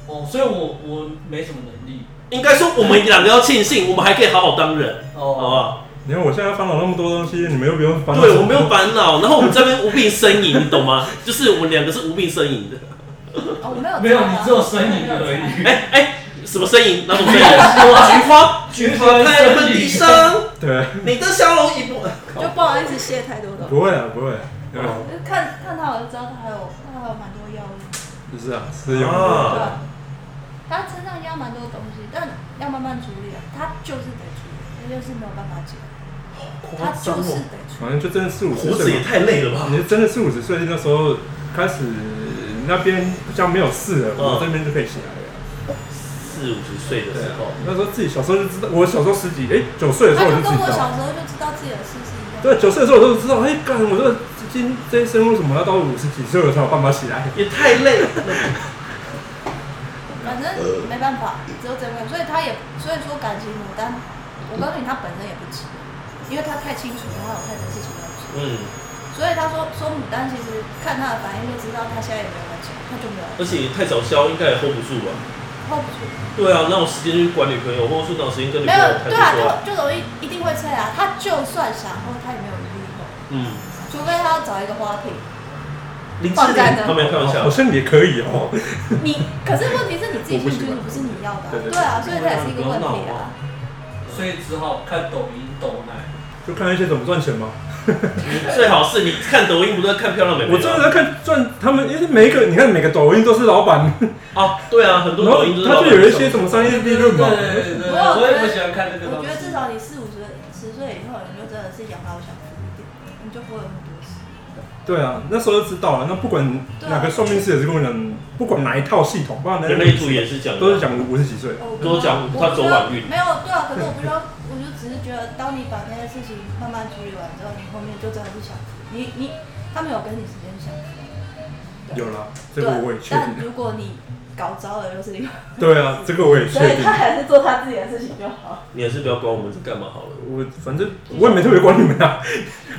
Speaker 8: 哦，所以我我没什么能力。
Speaker 3: 应该说我们两个要庆幸，我们还可以好好当人，好不
Speaker 8: 哦，
Speaker 3: 好？
Speaker 5: 你看我现在烦恼那么多东西，你们又不用烦恼。
Speaker 3: 对，我没有。烦恼，然后我们这边无病呻吟，你懂 吗？就是我们两个是无病呻吟的。
Speaker 2: 哦，我没有
Speaker 8: 没有，
Speaker 2: 猜啊
Speaker 8: 你只有呻吟
Speaker 2: 我没有猜
Speaker 8: 而已。
Speaker 3: 哎哎，什么声音？哪种声 音？菊花，菊花开了地上，
Speaker 5: 对，
Speaker 3: 你的笑容已不。
Speaker 2: 就不好意思卸太多东
Speaker 5: 不会啊，不
Speaker 3: 哦
Speaker 5: 会，对吧？
Speaker 2: 西。看看他，我就知道他还有他还有蛮多药物，
Speaker 5: 就是啊，是
Speaker 2: 对
Speaker 5: 有
Speaker 3: 啊
Speaker 2: 吧？他身上压蛮多东西，但要慢慢处理啊，他就是得处理，他就是没有办法解，
Speaker 5: 哦
Speaker 2: 他就是
Speaker 3: 哦
Speaker 2: 得处理。
Speaker 5: 反正就真的四五十
Speaker 3: 胡子
Speaker 5: 岁
Speaker 3: 也
Speaker 5: 嘛，
Speaker 3: 太累了吧？
Speaker 5: 你真的四五十岁那时候开始那边比较没有事了，
Speaker 3: 嗯
Speaker 5: 我这边就可以起来了。
Speaker 3: 四五十岁的
Speaker 5: 对
Speaker 3: 时
Speaker 5: 啊
Speaker 3: 候，，
Speaker 5: 那时候自己小时候就知道，我小时候十几哎九岁的时
Speaker 2: 他
Speaker 5: 候
Speaker 2: 就
Speaker 5: 我
Speaker 2: 跟
Speaker 5: 就自己
Speaker 2: 我
Speaker 5: 知道
Speaker 2: 小。时候就知道自己的事是一样的。
Speaker 5: 对，九岁的时候我都知道，哎、干，我这今这一生为什么要到五十几岁我才有办法起来？
Speaker 3: 也太 累了。
Speaker 2: 反正没办法，只有这个，所以他也，所以说感情牡丹，我告诉你，他本身也不急，因为他太清楚，他有太多事情要做，
Speaker 3: 嗯，
Speaker 2: 所以他说说牡丹，其实看他的反应就知道他现在也没有感情，他就没有
Speaker 3: 而且太早消应该也 hold 不住吧？
Speaker 2: hold 不住，
Speaker 3: 对啊，那有时间去管女朋友，或者说哪有时间跟女
Speaker 2: 没
Speaker 3: 朋
Speaker 2: 有
Speaker 3: 友谈
Speaker 2: 对啊，
Speaker 3: 对啊？
Speaker 2: 就就容易一定会退啊，他就算想后，他也没有余力后，
Speaker 3: 嗯，
Speaker 2: 除非他要找一个花 瓶，
Speaker 3: 林志
Speaker 2: 放在那
Speaker 3: 玲他没有开玩笑
Speaker 5: 好，像也可以哦、
Speaker 2: 你可是问题是你自己
Speaker 5: 我不
Speaker 2: 兴
Speaker 5: 喜
Speaker 2: 趣，
Speaker 5: 欢
Speaker 2: 你不是你要的、啊
Speaker 5: 对，对
Speaker 2: 对啊，所以这也是一个问
Speaker 3: 不要
Speaker 2: 题
Speaker 3: 闹
Speaker 2: 啊，
Speaker 3: 啊
Speaker 1: 所以只好看抖音抖奶。
Speaker 5: 就看一些怎么赚钱嘛。
Speaker 3: 最好是你看抖音不是在看漂亮美眉吗？
Speaker 5: 我真的在看赚他们，因为每一个你看每个抖音都是老板，
Speaker 3: 啊，对啊，很多
Speaker 5: 然
Speaker 3: 抖
Speaker 5: 后
Speaker 3: 音都是
Speaker 5: 他
Speaker 3: 老
Speaker 5: 就
Speaker 3: 板
Speaker 5: 有一
Speaker 3: 小
Speaker 5: 些什么商业利润嘛。
Speaker 1: 对对对，
Speaker 2: 我
Speaker 1: 我也不喜欢看这个
Speaker 2: 我
Speaker 1: 东
Speaker 2: 觉得至
Speaker 1: 西。
Speaker 2: 少你四五十十岁以后，你就真的是养老享福一点，你就不会有很多事。
Speaker 5: 对啊，那时候就知道了。那不管
Speaker 2: 啊
Speaker 5: 哪个算命师也是跟我讲，不管哪一套系统，不管哪一
Speaker 3: 人类图也是讲的，
Speaker 5: 都是讲五十几岁。
Speaker 2: 哦我不知道
Speaker 3: 都讲他走晚运
Speaker 2: 没有对啊，可是我不知道，我就只是觉得，当你把那些事情慢慢处理完之后，你后面就真的是享福。你你他们有给你时间享福，
Speaker 5: 有啦，这
Speaker 2: 对
Speaker 5: 个我也。确
Speaker 2: 但
Speaker 5: 定。啊
Speaker 2: 如果你搞糟了，又是另外，
Speaker 5: 对啊，这个我也
Speaker 2: 所
Speaker 5: 确
Speaker 2: 以
Speaker 5: 定
Speaker 2: 他。还是做他自己的事情就好。
Speaker 3: 你还是不要管我们在干嘛好了。
Speaker 5: 我反正我也没特别管你们啊，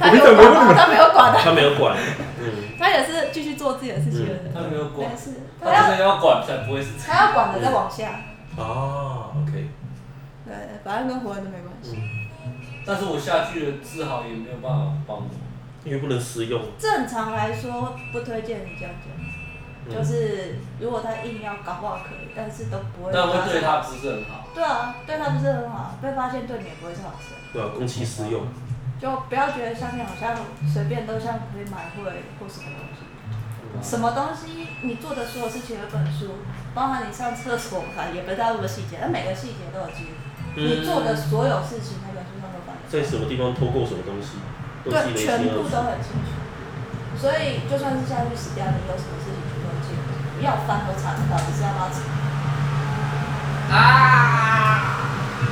Speaker 2: 他
Speaker 5: 没
Speaker 2: 有
Speaker 5: 有管
Speaker 2: 管他，他没有管他，
Speaker 3: 他没有管，嗯，
Speaker 2: 他也是继续做自己的事情的人。
Speaker 1: 他没有管
Speaker 2: 但，是
Speaker 1: 他
Speaker 2: 他要
Speaker 1: 真的要管才不会是这样。
Speaker 2: 他要管的再往下，
Speaker 3: 啊，OK，
Speaker 2: 对，反正跟活人都没关
Speaker 1: 嗯
Speaker 2: 系。
Speaker 1: 但是我下去了，治好也没有办法帮我。
Speaker 3: 因为不能私用，
Speaker 2: 正常来说不推荐你这样做，
Speaker 3: 嗯
Speaker 2: 就是如果他硬要搞不好可以，但是都不会。
Speaker 1: 但会对。他不是很好。
Speaker 2: 对啊，对他不是很好，被发现对你也不会是好事。
Speaker 3: 对吧、公器私用，
Speaker 2: 就不要觉得下面好像随便都像可以买会或什么东西，什么东西你做的所有事情有本书，包含你上厕所吧，也不知道那么细节，但每个细节都有记录。
Speaker 5: 嗯
Speaker 2: 你做的所有事情，那本书上都放
Speaker 3: 在什么地方偷过什么东西，都记
Speaker 2: 对，
Speaker 3: 得一
Speaker 2: 全
Speaker 3: 清
Speaker 2: 部
Speaker 3: 二
Speaker 2: 都
Speaker 3: 楚。
Speaker 2: 很清楚。所以就算是下去死掉，你有什么事情主动记录，要翻都查得到，你是要不要查？
Speaker 1: 啊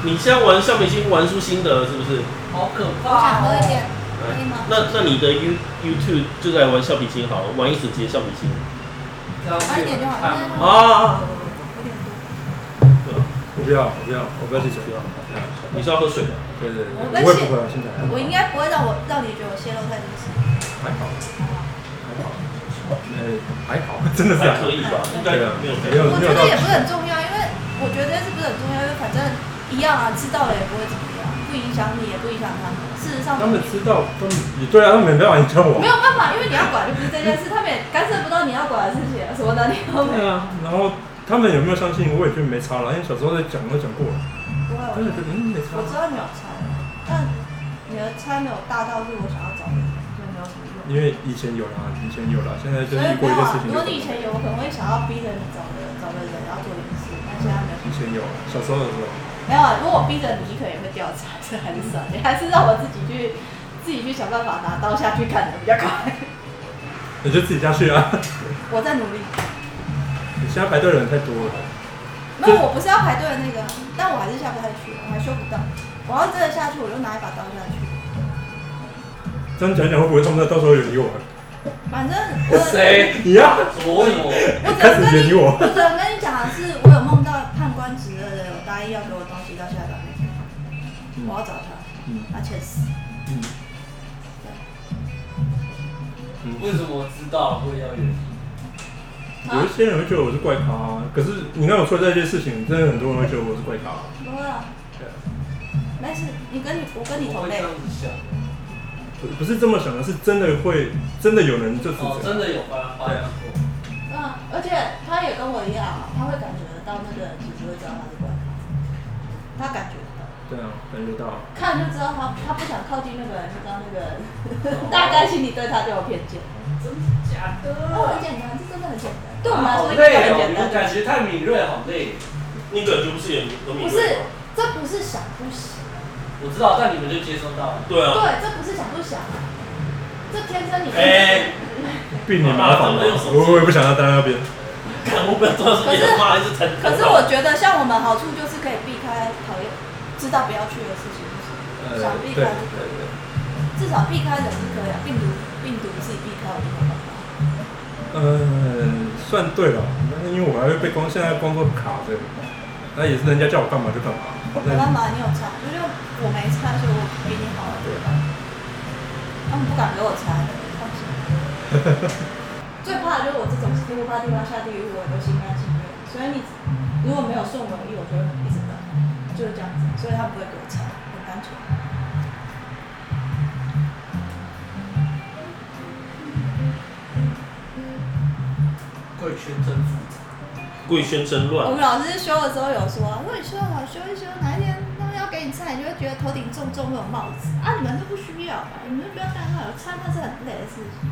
Speaker 3: 你现在玩橡皮筋玩出新的了是不是？
Speaker 1: 好可
Speaker 2: 我想
Speaker 1: 怕
Speaker 2: 喝一
Speaker 1: 哦！
Speaker 2: 点，可以吗？
Speaker 3: 那那你的 You YouTube 就在玩橡皮筋好了，玩一整节橡皮筋。
Speaker 1: 这样
Speaker 2: 晚一
Speaker 1: 会有
Speaker 2: 点就
Speaker 1: 人
Speaker 2: 好了。
Speaker 1: 看吗？
Speaker 3: 啊，
Speaker 2: 有哦点多。
Speaker 3: 对吧？
Speaker 5: 我不要，我不要，我不要去酒店。
Speaker 3: 你是要喝水吗？
Speaker 5: 对对对，
Speaker 2: 我
Speaker 5: 我
Speaker 2: 在
Speaker 5: 也不会啊，现在
Speaker 2: 我应该不会让我让你觉得我泄露太多 事情。
Speaker 5: 还好，还好，呃，还好，真的是啊
Speaker 3: 还可
Speaker 5: 还好。
Speaker 3: 以吧，应该
Speaker 2: 啊
Speaker 3: 没有
Speaker 5: 没有
Speaker 2: 我觉得也不是很重要，因为我觉得这不是很重要，因为反正一样啊，知道了也不会怎么样，不影响你，也不影响他们。事实上，
Speaker 5: 他们知道，他们也对啊，他们没办法影响我
Speaker 2: 没。有办法，因为你要管就不是这件事，他们也干涉不到你要管的事情啊，什么能力都没有。
Speaker 5: 对啊，然后他们有没有相信我也就没差了，因为小时候在讲都讲过了，
Speaker 2: 不会，我
Speaker 5: 但是觉得嗯没差
Speaker 2: 我。知道你有猜，但你的猜没有大到是我想要找的人，所以没有什么用。
Speaker 5: 因为以前有啦，以前有啦，现在
Speaker 2: 所
Speaker 5: 就是
Speaker 2: 以
Speaker 5: 过
Speaker 2: 没有
Speaker 5: 一
Speaker 2: 啊
Speaker 5: 件事，情
Speaker 2: 如
Speaker 5: 就
Speaker 2: 果你以前有，可能会想要逼着你找的找的人要做一件事，但现在没有。
Speaker 5: 以前有啦，小时候的时候，
Speaker 2: 没有啊，如果我逼着你，你可能也会调查，这还是算了，你还是让我自己去自己去想办法拿刀下去砍的比较快。
Speaker 5: 你就自己下去啊。
Speaker 2: 我在努力，
Speaker 5: 你现在排队的人太多了，
Speaker 2: 没有，我不是要排队的那个，但我还是下不太去，我还修不到。我要真的下去，我就拿一把刀下去。
Speaker 5: 这样讲讲会不会他们到时候有理我 啊？
Speaker 2: 反正我
Speaker 1: 谁？
Speaker 5: 你呀，
Speaker 1: 我为什么？
Speaker 2: 我只
Speaker 5: 开
Speaker 2: 能跟
Speaker 5: 始远
Speaker 2: 你
Speaker 5: 离我。
Speaker 2: 我只能跟你讲的是，我有梦到判官职的人有答应要给我东西，到现在都没给我。我要找他，
Speaker 5: 嗯
Speaker 2: 他确实。
Speaker 5: 嗯，
Speaker 1: 为什么我知道了会要远离？
Speaker 5: 有一些人会觉得我是怪咖啊，可是你看我出来这些事情，真的很多人会觉得我是怪咖啊。
Speaker 2: 不会啊，
Speaker 5: 对啊
Speaker 2: 没事，你跟你我跟你
Speaker 1: 我
Speaker 2: 同
Speaker 1: 会这
Speaker 2: 类
Speaker 1: 样，子想。
Speaker 5: 不不是这么想的，是真的会，真的有人就是这
Speaker 1: 哦，
Speaker 5: 样。
Speaker 1: 真的有发发生过。
Speaker 2: 对嗯，而且他也跟我一样啊，他会感觉得到那个人其实会知道他是怪咖，他感觉得到，
Speaker 5: 对啊，感觉到。
Speaker 2: 看就知道他他不想靠近那个人，就知道那个人 大概心里对他就有偏见。
Speaker 10: 哦假
Speaker 2: 哦，
Speaker 10: 的。
Speaker 2: 很简单，这真的很简单，对我们
Speaker 1: 啊
Speaker 2: 来
Speaker 10: 好
Speaker 2: 说应该
Speaker 10: 累
Speaker 2: 很
Speaker 10: 哦，
Speaker 2: 简
Speaker 10: 你
Speaker 2: 单
Speaker 10: 们。感觉太敏锐，好累。
Speaker 3: 你感觉不是也很敏
Speaker 2: 不
Speaker 3: 锐
Speaker 2: 是
Speaker 3: 吗？，
Speaker 2: 这不是想不想，
Speaker 10: 我知道，但你们就接收到了。
Speaker 3: 对啊，
Speaker 2: 对，这不是想不想，这天生你。
Speaker 3: 哎
Speaker 5: 避免麻烦
Speaker 3: 啊怎
Speaker 5: 嘛
Speaker 3: 么又
Speaker 5: 我我也不想要待在那边。
Speaker 3: 看我不要做到
Speaker 2: 可是
Speaker 3: 别人骂，一直疼。
Speaker 2: 可是我觉得像我们好处就是可以避开讨厌、知道不要去的事情，就是想避
Speaker 5: 对
Speaker 2: 开就可以了。至少避开人是可以啊，病毒病毒自己避开我就没办法。
Speaker 5: 嗯，算对了，但是因为我还会被工现在工作卡着，那也是人家叫我干嘛就干嘛。
Speaker 2: 我没办法，你有差，就是我没差，所以我比你好啊，对吧？他们不敢给我差的，放心。 最怕的就是我这种地不怕地方下地狱，我都心甘情愿。所以你如果没有顺我意，我就会一直等，就是这样子。所以他不会给我差，很单纯。
Speaker 1: 贵圈征服，
Speaker 3: 贵圈真
Speaker 2: 我
Speaker 3: 乱，
Speaker 2: 们老师修的时候有说、啊，如果你修得好，修一修，哪一天他们要给你菜，你就会觉得头顶重重那种帽子啊，你们都不需要吧？你们就不要戴那种，穿那是很累的事情。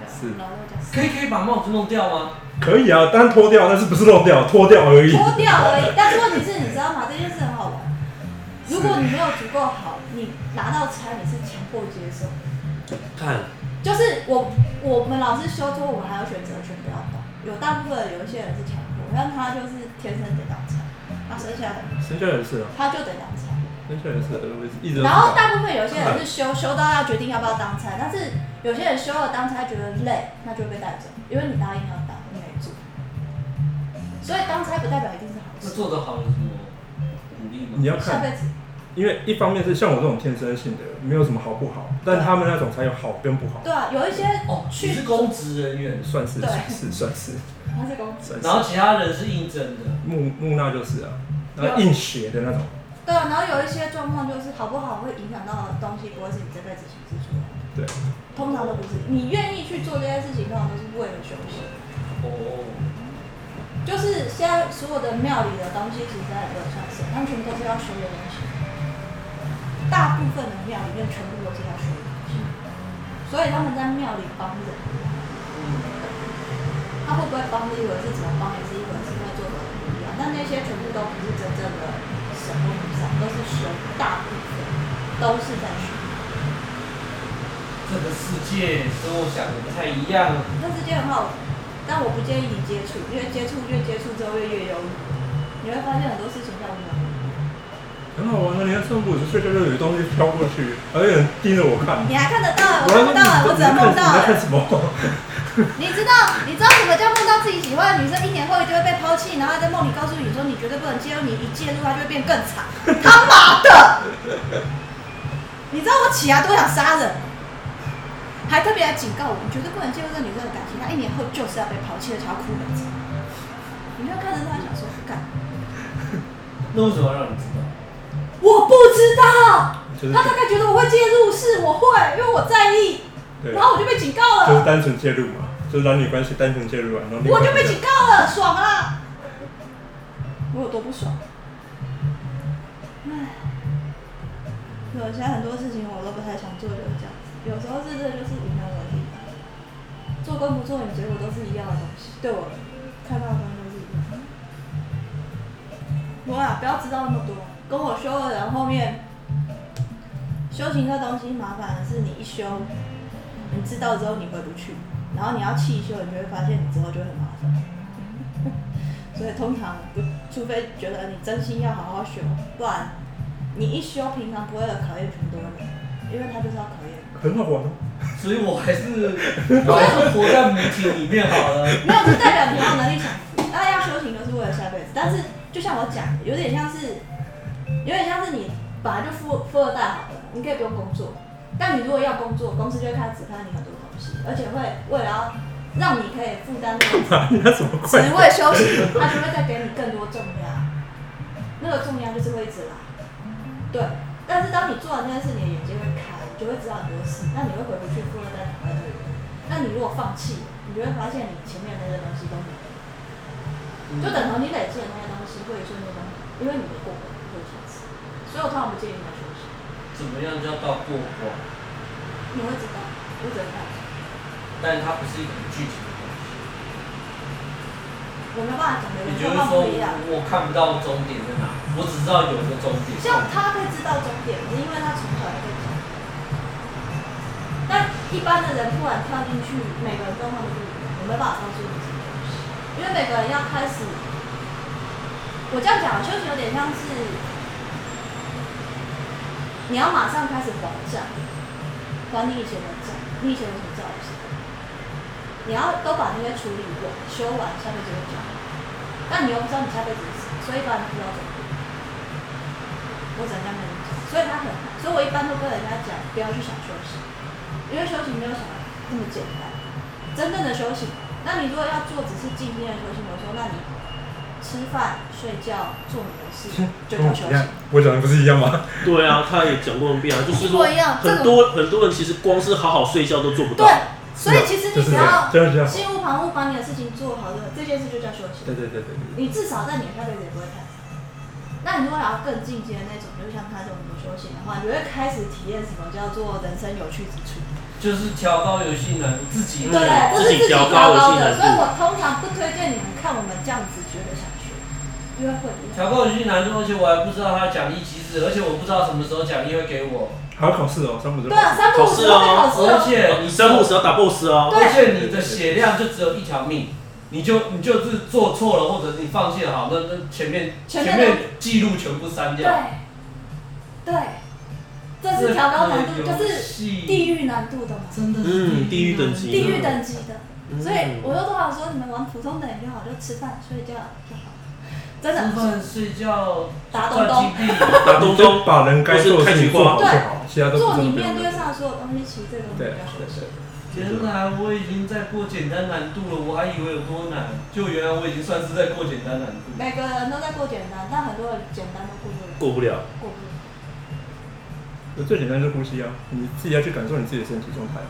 Speaker 2: 对啊
Speaker 5: 是
Speaker 2: 然后就
Speaker 1: 可以可以把帽子弄掉吗？
Speaker 5: 可以啊，但脱掉，但是不是漏掉，脱掉而已。
Speaker 2: 脱掉而已。但是问题是，你知道吗？这件事很好玩。如果你没有足够好，你拿到差你是强迫接受。
Speaker 3: 看
Speaker 2: 就是我我们老师修说，我们还有选择权不要动。有大部分有一些人是强迫，但他就是天生得到差，他生下来
Speaker 5: 生下来也是啊，
Speaker 2: 他就得当差。
Speaker 5: 生下来也是啊，我一直都是
Speaker 2: 然后大部分有些人是修修到要决定要不要当差，但是有些人修了当差觉得累，那就会被带走，因为你答应要当，你没做。所以当差不代表一定是好
Speaker 1: 那
Speaker 2: 事，
Speaker 1: 做得好有什么鼓励吗
Speaker 5: 你？要
Speaker 2: 下
Speaker 5: 看，
Speaker 2: 辈子
Speaker 5: 因为一方面是像我这种天生性的，没有什么好不好，但他们那种才有好跟不好，
Speaker 2: 对啊，有一些
Speaker 1: 哦，
Speaker 2: 去
Speaker 1: 你是公职人员，
Speaker 5: 算是
Speaker 2: 对
Speaker 5: 算是算是
Speaker 2: 他是公
Speaker 5: 算是
Speaker 1: 然。后其他人是应征的，
Speaker 5: 木木讷就是啊，然后硬学的那种，
Speaker 2: 对啊，然后有一些状况就是好不好会影响到的东西，不会是你这辈子行之出来的，
Speaker 5: 对，
Speaker 2: 通常都不是。你愿意去做这件事情，通常都是为了修行。
Speaker 1: 哦，
Speaker 2: 就是现在所有的庙里的东西，其实它也没有上神，他们全部都是要修的东西。大部分的庙里面全部都是要修的东西，所以他们在庙里帮人，他会不会帮是一回事，怎么帮也是一回事，会做的不一样。但那些全部都不是真正的神或菩萨，都是修，大部分都是在修。
Speaker 1: 这个世界跟我想的不太一样。
Speaker 2: 那这件很好玩，但我不建议你接触，因为接触越接触之后越越忧郁，你会发现很多事情叫无能为力。
Speaker 5: 很好玩的。你看上午睡觉就有东西飘过去，哎还有人盯着我看，
Speaker 2: 你还看得到，我看不到，我只能梦到
Speaker 5: 你在。看什么？
Speaker 2: 你知道，你知道什么叫梦到自己喜欢的女生，一年后一定会被抛弃，然后在梦里告诉你说你绝对不能介入，你一介入她就会变更惨。他妈的！你知道我起来多想杀人，还特别来警告我，你绝对不能介入这女生的感情，她一年后就是要被抛弃而且要哭两次。你就看着她想说，干，
Speaker 1: 那为什么要让你知道？
Speaker 2: 我不知道，
Speaker 5: 就是
Speaker 2: 她大概觉得我会介入，是我会，因为我在意，
Speaker 5: 对，
Speaker 2: 然后我就被警告了。
Speaker 5: 就是单纯介入嘛，就是男女关系单纯介入啊，然后另
Speaker 2: 我
Speaker 5: 外
Speaker 2: 就被警告了，爽啊啦！我有多不爽？唉，有现在很多事情我都不太想做，就是这样子。有时候是真的就是无能为力吧。做跟不做，你结果都是一样的东西。对我看到的东西都是一样的。我啊，不要知道那么多。跟我修的人后面，修行这东西麻烦的是，你一修，你知道之后你回不去，然后你要弃修，你就会发现你之后就会很麻 烦。所以通常不，除非觉得你真心要好好修，不然你一修，平常不会有考验全多人，因为他就是要考验。
Speaker 5: 很好玩啊。
Speaker 1: 所以我还是我还是活在母体里面好了。
Speaker 2: 没有，就代表你要有能力享福。大家要修行就是为了下辈子，但是就像我讲的，有点像是，有点像是你本来就富富二代好了，你可以不用工作，但你如果要工作，公司就会开始指派你很多东西，而且会为了要让你可以负担那个
Speaker 5: 你那什么
Speaker 2: 职
Speaker 5: 怪？
Speaker 2: 位休息，他就会再给你更多重压。那个重压就是会一直来，对。但是当你做完这件事，你的眼睛会开，你就会知道很多事，那你会回不去富二代、富二代那你如果放弃，你你就会发现你前面的那些东西都没有，
Speaker 1: 嗯
Speaker 2: 就等同你累积的那些东西会瞬间都没有，因为你的过程会停止。所以我通常不建议你们休息，
Speaker 1: 怎么样叫到过关？
Speaker 2: 你会知道，我只能告诉你，
Speaker 1: 但它不是一个很具体的东西。
Speaker 2: 我没有办法讲的人
Speaker 1: 也就是
Speaker 2: 状况
Speaker 1: 说，
Speaker 2: 不一样。
Speaker 1: 我看不到终点在哪，我只知道有一个终点。
Speaker 2: 像他会知道终点，是因为他从小就会讲。但一般的人突然跳进去，每个人状况都不一样，我没办法告诉你什么东西，因为每个人要开始。我这样讲，休息有点像是你要马上开始还债，还你以前的债，你以前有什么债我不知道你要都把那些处理完、修完，下辈子就讲。但你又不知道你下辈子是谁，所以把你不知道怎么。我只能这样跟你讲，所以他很难，所以我一般都跟人家讲不要去想休息，因为休息没有想的这么简单，真正的休息，那你如果要做只是静面的休息，我说那你吃饭、睡觉、做你的事就
Speaker 5: 跟
Speaker 2: 叫
Speaker 5: 我
Speaker 2: 休
Speaker 5: 一
Speaker 2: 息
Speaker 5: 样。，我讲的不是一样吗？
Speaker 3: 对啊，他也讲过一遍啊，就是
Speaker 11: 一
Speaker 3: 说
Speaker 11: 模一样这
Speaker 3: 很
Speaker 11: 个
Speaker 3: 多很多人其实光是好好睡觉都做不到
Speaker 2: 对。，所以其实你只要
Speaker 5: 就是这样，
Speaker 2: 心无旁骛把你的事情做好了，这件事就叫休息。
Speaker 5: 对对对对对，
Speaker 2: 你至少在你的下辈子也不会太惨。那你如果想要更进阶的那种，就像他这种的修行的话，你就会开始体验什么叫做人生有趣之处。
Speaker 1: 就是调高游戏难自己
Speaker 2: 对，这是自己
Speaker 3: 调
Speaker 2: 调高
Speaker 3: 高游戏难
Speaker 2: 的，
Speaker 3: 度
Speaker 2: 所以我通常不推荐你们看我们这样子觉得想学，因为会晕。
Speaker 1: 调高游戏难度，而且我还不知道它的奖励机制，而且我不知道什么时候奖励会给我，
Speaker 5: 还要考试哦，三五
Speaker 2: 对啊，三不五时会考试
Speaker 1: 而
Speaker 2: 哦。
Speaker 1: 且你
Speaker 3: 三五时要打 BOSS 啊，
Speaker 1: 而且你的血量就只有一条命，你就你就是做错了，或者你放弃了，好，那那前面
Speaker 2: 前面
Speaker 1: 前面记录全部删
Speaker 2: 对
Speaker 1: 掉。，
Speaker 2: 对，这是调高难度，
Speaker 1: 这个
Speaker 2: 就
Speaker 1: 游
Speaker 2: 是
Speaker 1: 戏
Speaker 2: 地狱难度的嘛，
Speaker 1: 真的是
Speaker 3: 嗯，地狱等级，
Speaker 2: 地狱等级的。
Speaker 3: 嗯，
Speaker 2: 所以我就通常说，你们玩普通的也就好，就吃饭睡觉就好，真
Speaker 1: 吃
Speaker 2: 的。
Speaker 1: 饭睡觉
Speaker 2: 打东
Speaker 1: 赚
Speaker 2: 东，
Speaker 1: 金币，
Speaker 3: 打东东，
Speaker 5: 把人该做的事情做好就好，其他都
Speaker 2: 做
Speaker 5: 不
Speaker 2: 你
Speaker 5: 重
Speaker 2: 面
Speaker 5: 要。
Speaker 2: 对上的所有东西，其实这个我们
Speaker 5: 对
Speaker 2: 比较熟悉。
Speaker 1: 原来我已经在过简单难度了，我还以为有多难，就原来我已经算是在过简单难度。
Speaker 2: 每个人都在过简单，但很多人简单都过不了，
Speaker 3: 过不了。
Speaker 2: 过不了。
Speaker 5: 最简单就是呼吸啊，你自己要去感受你自己的身体状态，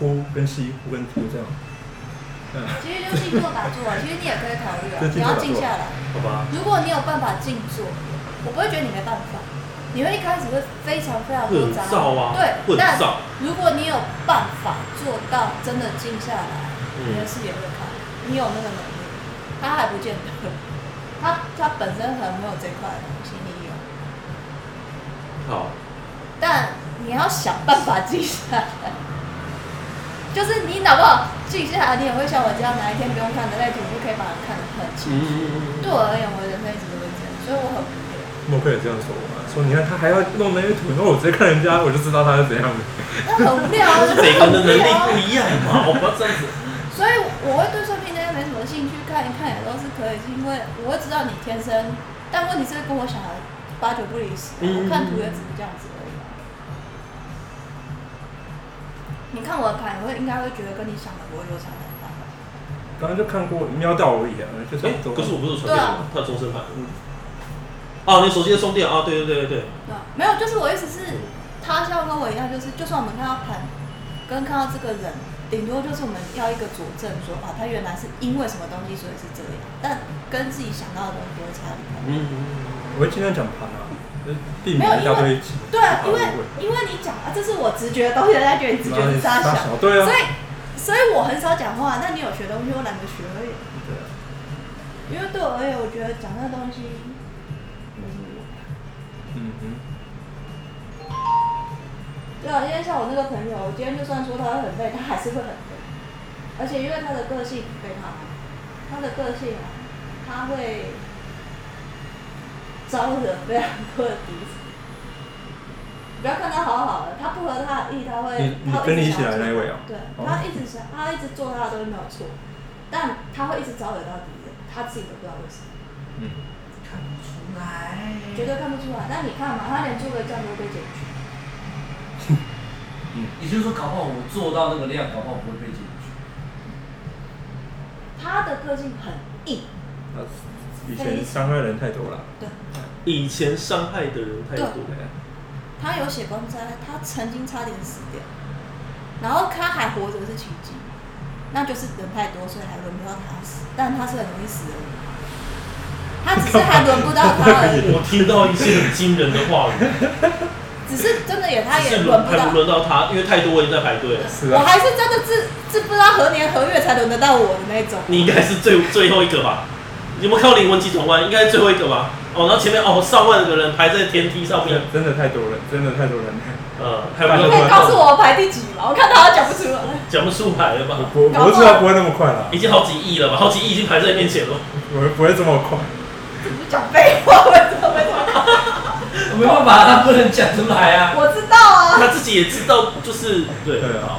Speaker 5: 呼跟吸，呼跟吐这样。呃
Speaker 2: 其实就静坐打坐，其实你也可以考虑啊
Speaker 5: 就，
Speaker 2: 你
Speaker 5: 静坐
Speaker 2: 要
Speaker 5: 打坐
Speaker 2: 静下来。
Speaker 3: 好吧，
Speaker 2: 如果你有办法静坐，我不会觉得你没办法，你会一开始会非常非常
Speaker 3: 会
Speaker 2: 多
Speaker 3: 很
Speaker 2: 杂念
Speaker 3: 燥啊，
Speaker 2: 对，
Speaker 3: 会
Speaker 2: 但
Speaker 3: 很燥。
Speaker 2: 如果你有办法做到真的静下来，你的
Speaker 3: 嗯，
Speaker 2: 视野会开，你有那个能力，他还不见得，他他本身可能没有这块的东西，你有，
Speaker 3: 好，
Speaker 2: 但你要想办法静下来。就是你哪怕静下来，你也会像我这样，哪一天不用看人类图，就可以把它看得很清。
Speaker 3: 嗯嗯嗯嗯
Speaker 2: 对我而言，我的人生一直都是这样，所以我很无聊。
Speaker 5: 莫克也这样说我嘛，说你看他还要弄那些图，那我直接看人家我就知道他是怎样 的。
Speaker 2: 那很无聊啊，
Speaker 3: 每个人的能力
Speaker 2: 很无
Speaker 3: 不
Speaker 2: 聊
Speaker 3: 一样嘛， 我不要这样子。
Speaker 2: 所以我会对算命那些没什么兴趣，看一看也都是可以，是因为我会知道你天生，但问题是跟我想的八九不离十啊。
Speaker 3: 嗯
Speaker 2: 我看图也只是这样子而已啊。你看我的卡，你会应该会觉得跟你想的不会落差很大。
Speaker 5: 刚刚就看过瞄到我一眼，就差
Speaker 3: 哎
Speaker 5: 不多。，
Speaker 3: 可是我不是有传
Speaker 2: 对
Speaker 3: 给你
Speaker 2: 啊
Speaker 3: 吗？他的终身牌
Speaker 5: 嗯。
Speaker 3: 哦，你手机的充电啊？对对对对对。
Speaker 2: 对啊，没有，就是我意思是，他像跟我一样，就是就算我们看到盘，跟看到这个人，顶多就是我们要一个佐证说啊，他原来是因为什么东西所以是这样，但跟自己想到的东西不会差离开。
Speaker 3: 嗯嗯
Speaker 5: 我会尽量讲盘啊，就是避免一大堆奇
Speaker 2: 对啊，因为因为你讲啊，这是我直觉的东西，人家觉得你直觉是傻小，
Speaker 5: 小，对啊
Speaker 2: 所，以所以我很少讲话。那你有学东西，我懒得学而已。因为对我而言，我觉得讲那东西没什么用。
Speaker 5: 嗯哼，
Speaker 2: 对啊，因为像我那个朋友，我今天就算说他会很累，他还是会很累。而且因为他的个性非常好，他的个性啊，他会招惹非常多的敌人。不要看他好好的，他不合他的意，他会
Speaker 5: 你你
Speaker 2: 他会
Speaker 5: 跟你
Speaker 2: 一
Speaker 5: 一
Speaker 2: 直
Speaker 5: 起
Speaker 2: 想
Speaker 5: 来
Speaker 2: 要
Speaker 5: 那一位啊，
Speaker 2: 对
Speaker 5: 哦
Speaker 2: 他一直想，他一直做他的东西没有错，但他会一直招惹到敌人，他自己都不知道为什么，
Speaker 5: 嗯，
Speaker 1: 看不出来，
Speaker 2: 绝对看不出来。但你看嘛，他连做个酱都被检举，
Speaker 1: 也就是说，搞不好我做到那个量，搞不好不会被检 举。
Speaker 2: 他的个性很硬，
Speaker 5: 他啊以前伤害人太多了，
Speaker 3: 嗯。以前伤害的人太多
Speaker 5: 对
Speaker 3: 了。
Speaker 2: 他有血光灾，他曾经差点死掉，然后他还活着是奇迹。那就是人太多，所以还轮不到他死。但他是很容易死的人，他只是还轮不到他而 已，
Speaker 3: 我听到一些很惊人的话语，
Speaker 2: 只是真的也他
Speaker 3: 只
Speaker 2: 也
Speaker 3: 是
Speaker 2: 轮
Speaker 3: 轮
Speaker 2: 不
Speaker 3: 还
Speaker 2: 到
Speaker 3: 不。轮到他，因为太多人在排队。
Speaker 12: 是
Speaker 2: 我
Speaker 12: 啊，
Speaker 2: 还是真的自自不知道何年何月才轮得到我的那种。
Speaker 3: 你应该是最最后一个吧？你有没有看到灵魂急转弯？应该是最后一个吧？哦，然后前面哦上万个人排在天梯上面，
Speaker 12: 真的太多人，真的太多人，
Speaker 5: 啊
Speaker 3: 呃，还有
Speaker 2: 你可以告诉我排第几吗？我看他讲不 出来。
Speaker 3: 讲不出来了
Speaker 12: 我
Speaker 3: 吧？
Speaker 12: 不我不知道不会那么快啦，
Speaker 3: 已经好几亿了吧？好几亿已经排在你面前了。
Speaker 12: 我不会这么快。
Speaker 2: 讲废话， 我怎么会？
Speaker 8: 没办法，他不能讲出来啊。
Speaker 2: 我知道啊。
Speaker 3: 他自己也知道，就是对，
Speaker 12: 对啊
Speaker 3: 好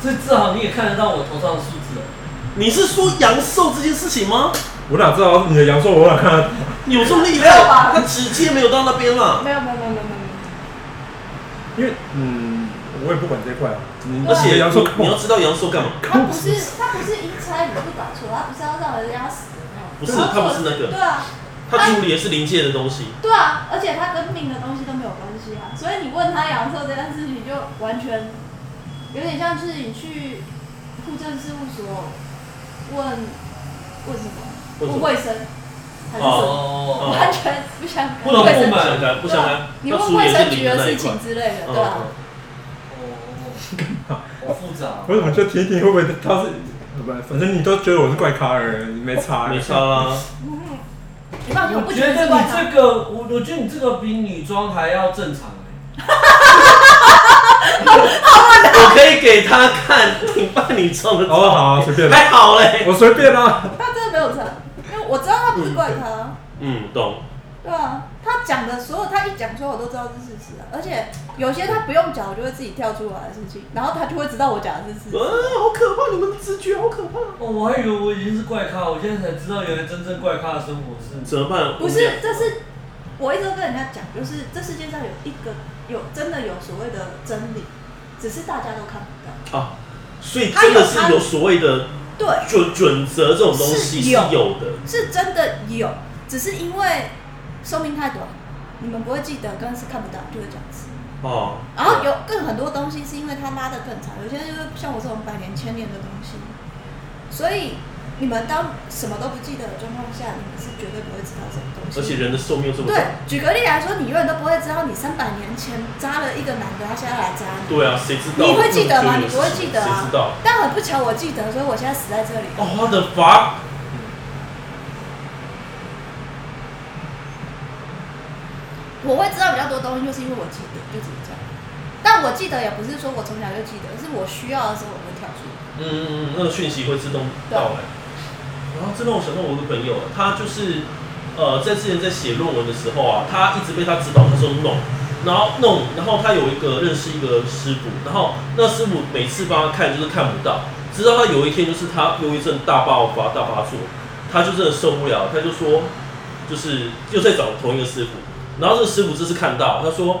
Speaker 8: 所以至少你也看得到我头上的数字了。
Speaker 3: 你是说阳寿这件事情吗？
Speaker 12: 我哪知道你的阳寿，我哪看得到？
Speaker 3: 你有这么厉
Speaker 2: 没有
Speaker 3: 害
Speaker 2: 吧？
Speaker 3: 他直接没有到那边了，
Speaker 2: 没有没有没有没有没
Speaker 12: 因为嗯，我也不管这一块啊。你
Speaker 3: 而且
Speaker 12: 你的阳寿
Speaker 3: 你
Speaker 12: 看
Speaker 3: 你要
Speaker 12: 我，
Speaker 3: 知道阳寿干嘛？
Speaker 2: 有，他不是他不是阴差阳打错，他不是要让人家死的那种。
Speaker 3: 不是，他不是那个，
Speaker 2: 对啊，
Speaker 3: 他处理的是临界的东西。
Speaker 2: 对啊，而且他跟命的东西都没有关系啊，所以你问他阳寿这件事情，就完全有点像是你去户政事务所问问什么，
Speaker 3: 为什
Speaker 2: 问
Speaker 3: 么？
Speaker 2: 卫生还是什么，
Speaker 8: 哦，
Speaker 2: 完全不相干。
Speaker 8: 不能
Speaker 2: 卫生啊
Speaker 8: 不
Speaker 3: 不
Speaker 8: 买
Speaker 3: 想干，不想干。
Speaker 2: 你
Speaker 3: 要
Speaker 2: 问
Speaker 3: 处理
Speaker 2: 卫
Speaker 3: 的
Speaker 2: 生
Speaker 3: 是
Speaker 2: 局
Speaker 3: 零的
Speaker 2: 的
Speaker 3: 那一
Speaker 2: 事
Speaker 3: 块
Speaker 2: 情。之类的，
Speaker 3: 嗯
Speaker 2: 对啊，
Speaker 8: 好复杂。
Speaker 12: 我怎么就听一听会不会他是？不，反正你都觉得我是怪咖儿，你没差，啊
Speaker 3: 哦没差。啊啦，
Speaker 2: 嗯，你放心，我
Speaker 8: 我
Speaker 2: 不
Speaker 8: 觉得
Speaker 2: 是
Speaker 8: 你
Speaker 2: 怪他。
Speaker 8: 这个，我我觉得你这个比女装还要正常哎、
Speaker 3: 我可以给他看你扮女装的
Speaker 12: 哦，
Speaker 3: 照
Speaker 12: 好啊，随便
Speaker 3: 片，
Speaker 12: 啦，
Speaker 3: 还好嘞。
Speaker 12: 我随便啦。
Speaker 2: 他真的没有错，因为我知道他不是怪他。
Speaker 3: 嗯，懂。
Speaker 2: 对啊，他讲的所有，他一讲出来我都知道是事实啊。而且有些他不用讲，我就会自己跳出来的事情，然后他就会知道我讲的是事
Speaker 3: 啊
Speaker 2: 实。，
Speaker 3: 好可怕！你们的直觉好可怕。
Speaker 8: 哦，我还以为我已经是怪咖，我现在才知道原来真正怪咖的生活是……
Speaker 3: 怎么办？
Speaker 2: 不
Speaker 3: 我们俩
Speaker 2: 是，这是我一直都跟人家讲，就是这世界上有一个有真的有所谓的真理，只是大家都看不到。
Speaker 3: 啊，所以真的
Speaker 2: 他
Speaker 3: 是
Speaker 2: 有
Speaker 3: 有所谓的
Speaker 2: 对，
Speaker 3: 准准则这种东西
Speaker 2: 是
Speaker 3: 是
Speaker 2: 有
Speaker 3: 有的。
Speaker 2: 是真的有，只是因为寿命太短，你们不会记得，跟是看不到，就会这样子。
Speaker 3: 哦，
Speaker 2: 然后有更很多东西是因为它拉的更长，有些就是像我这种百年千年的东西，所以你们当什么都不记得的状况下，你们是绝对不会知道这种东西。
Speaker 3: 而且人的寿命又这么
Speaker 2: 对
Speaker 3: 短，，
Speaker 2: 举个例来说，你永远都不会知道你三百年前扎了一个男的，他现在来扎你，
Speaker 3: 对啊，谁知道？
Speaker 2: 你会记得吗？你
Speaker 3: 这种
Speaker 2: 不会
Speaker 3: 事情
Speaker 2: 记得啊。
Speaker 3: 谁知道？
Speaker 2: 但很不巧，我记得，所以我现在死在这里。
Speaker 3: 哦，我的法，
Speaker 2: 我会知道比较多东西，就是因为我记得，就只是这样。但我记得也不是说我从小就记得，是我需要的时候我会跳出来。
Speaker 3: 嗯嗯嗯，那个讯息会自动到来。然后这让我想到我有个朋友，啊他就是呃，在之前在写论文的时候啊，他一直被他指导那时候弄，然后弄，然后他有一个认识一个师傅，然后那师傅每次帮他看就是看不到，直到他有一天就是他忧郁症大爆发大发作，他就真的受不了，他就说就是又在找同一个师傅，然后这个师傅这次看到他说，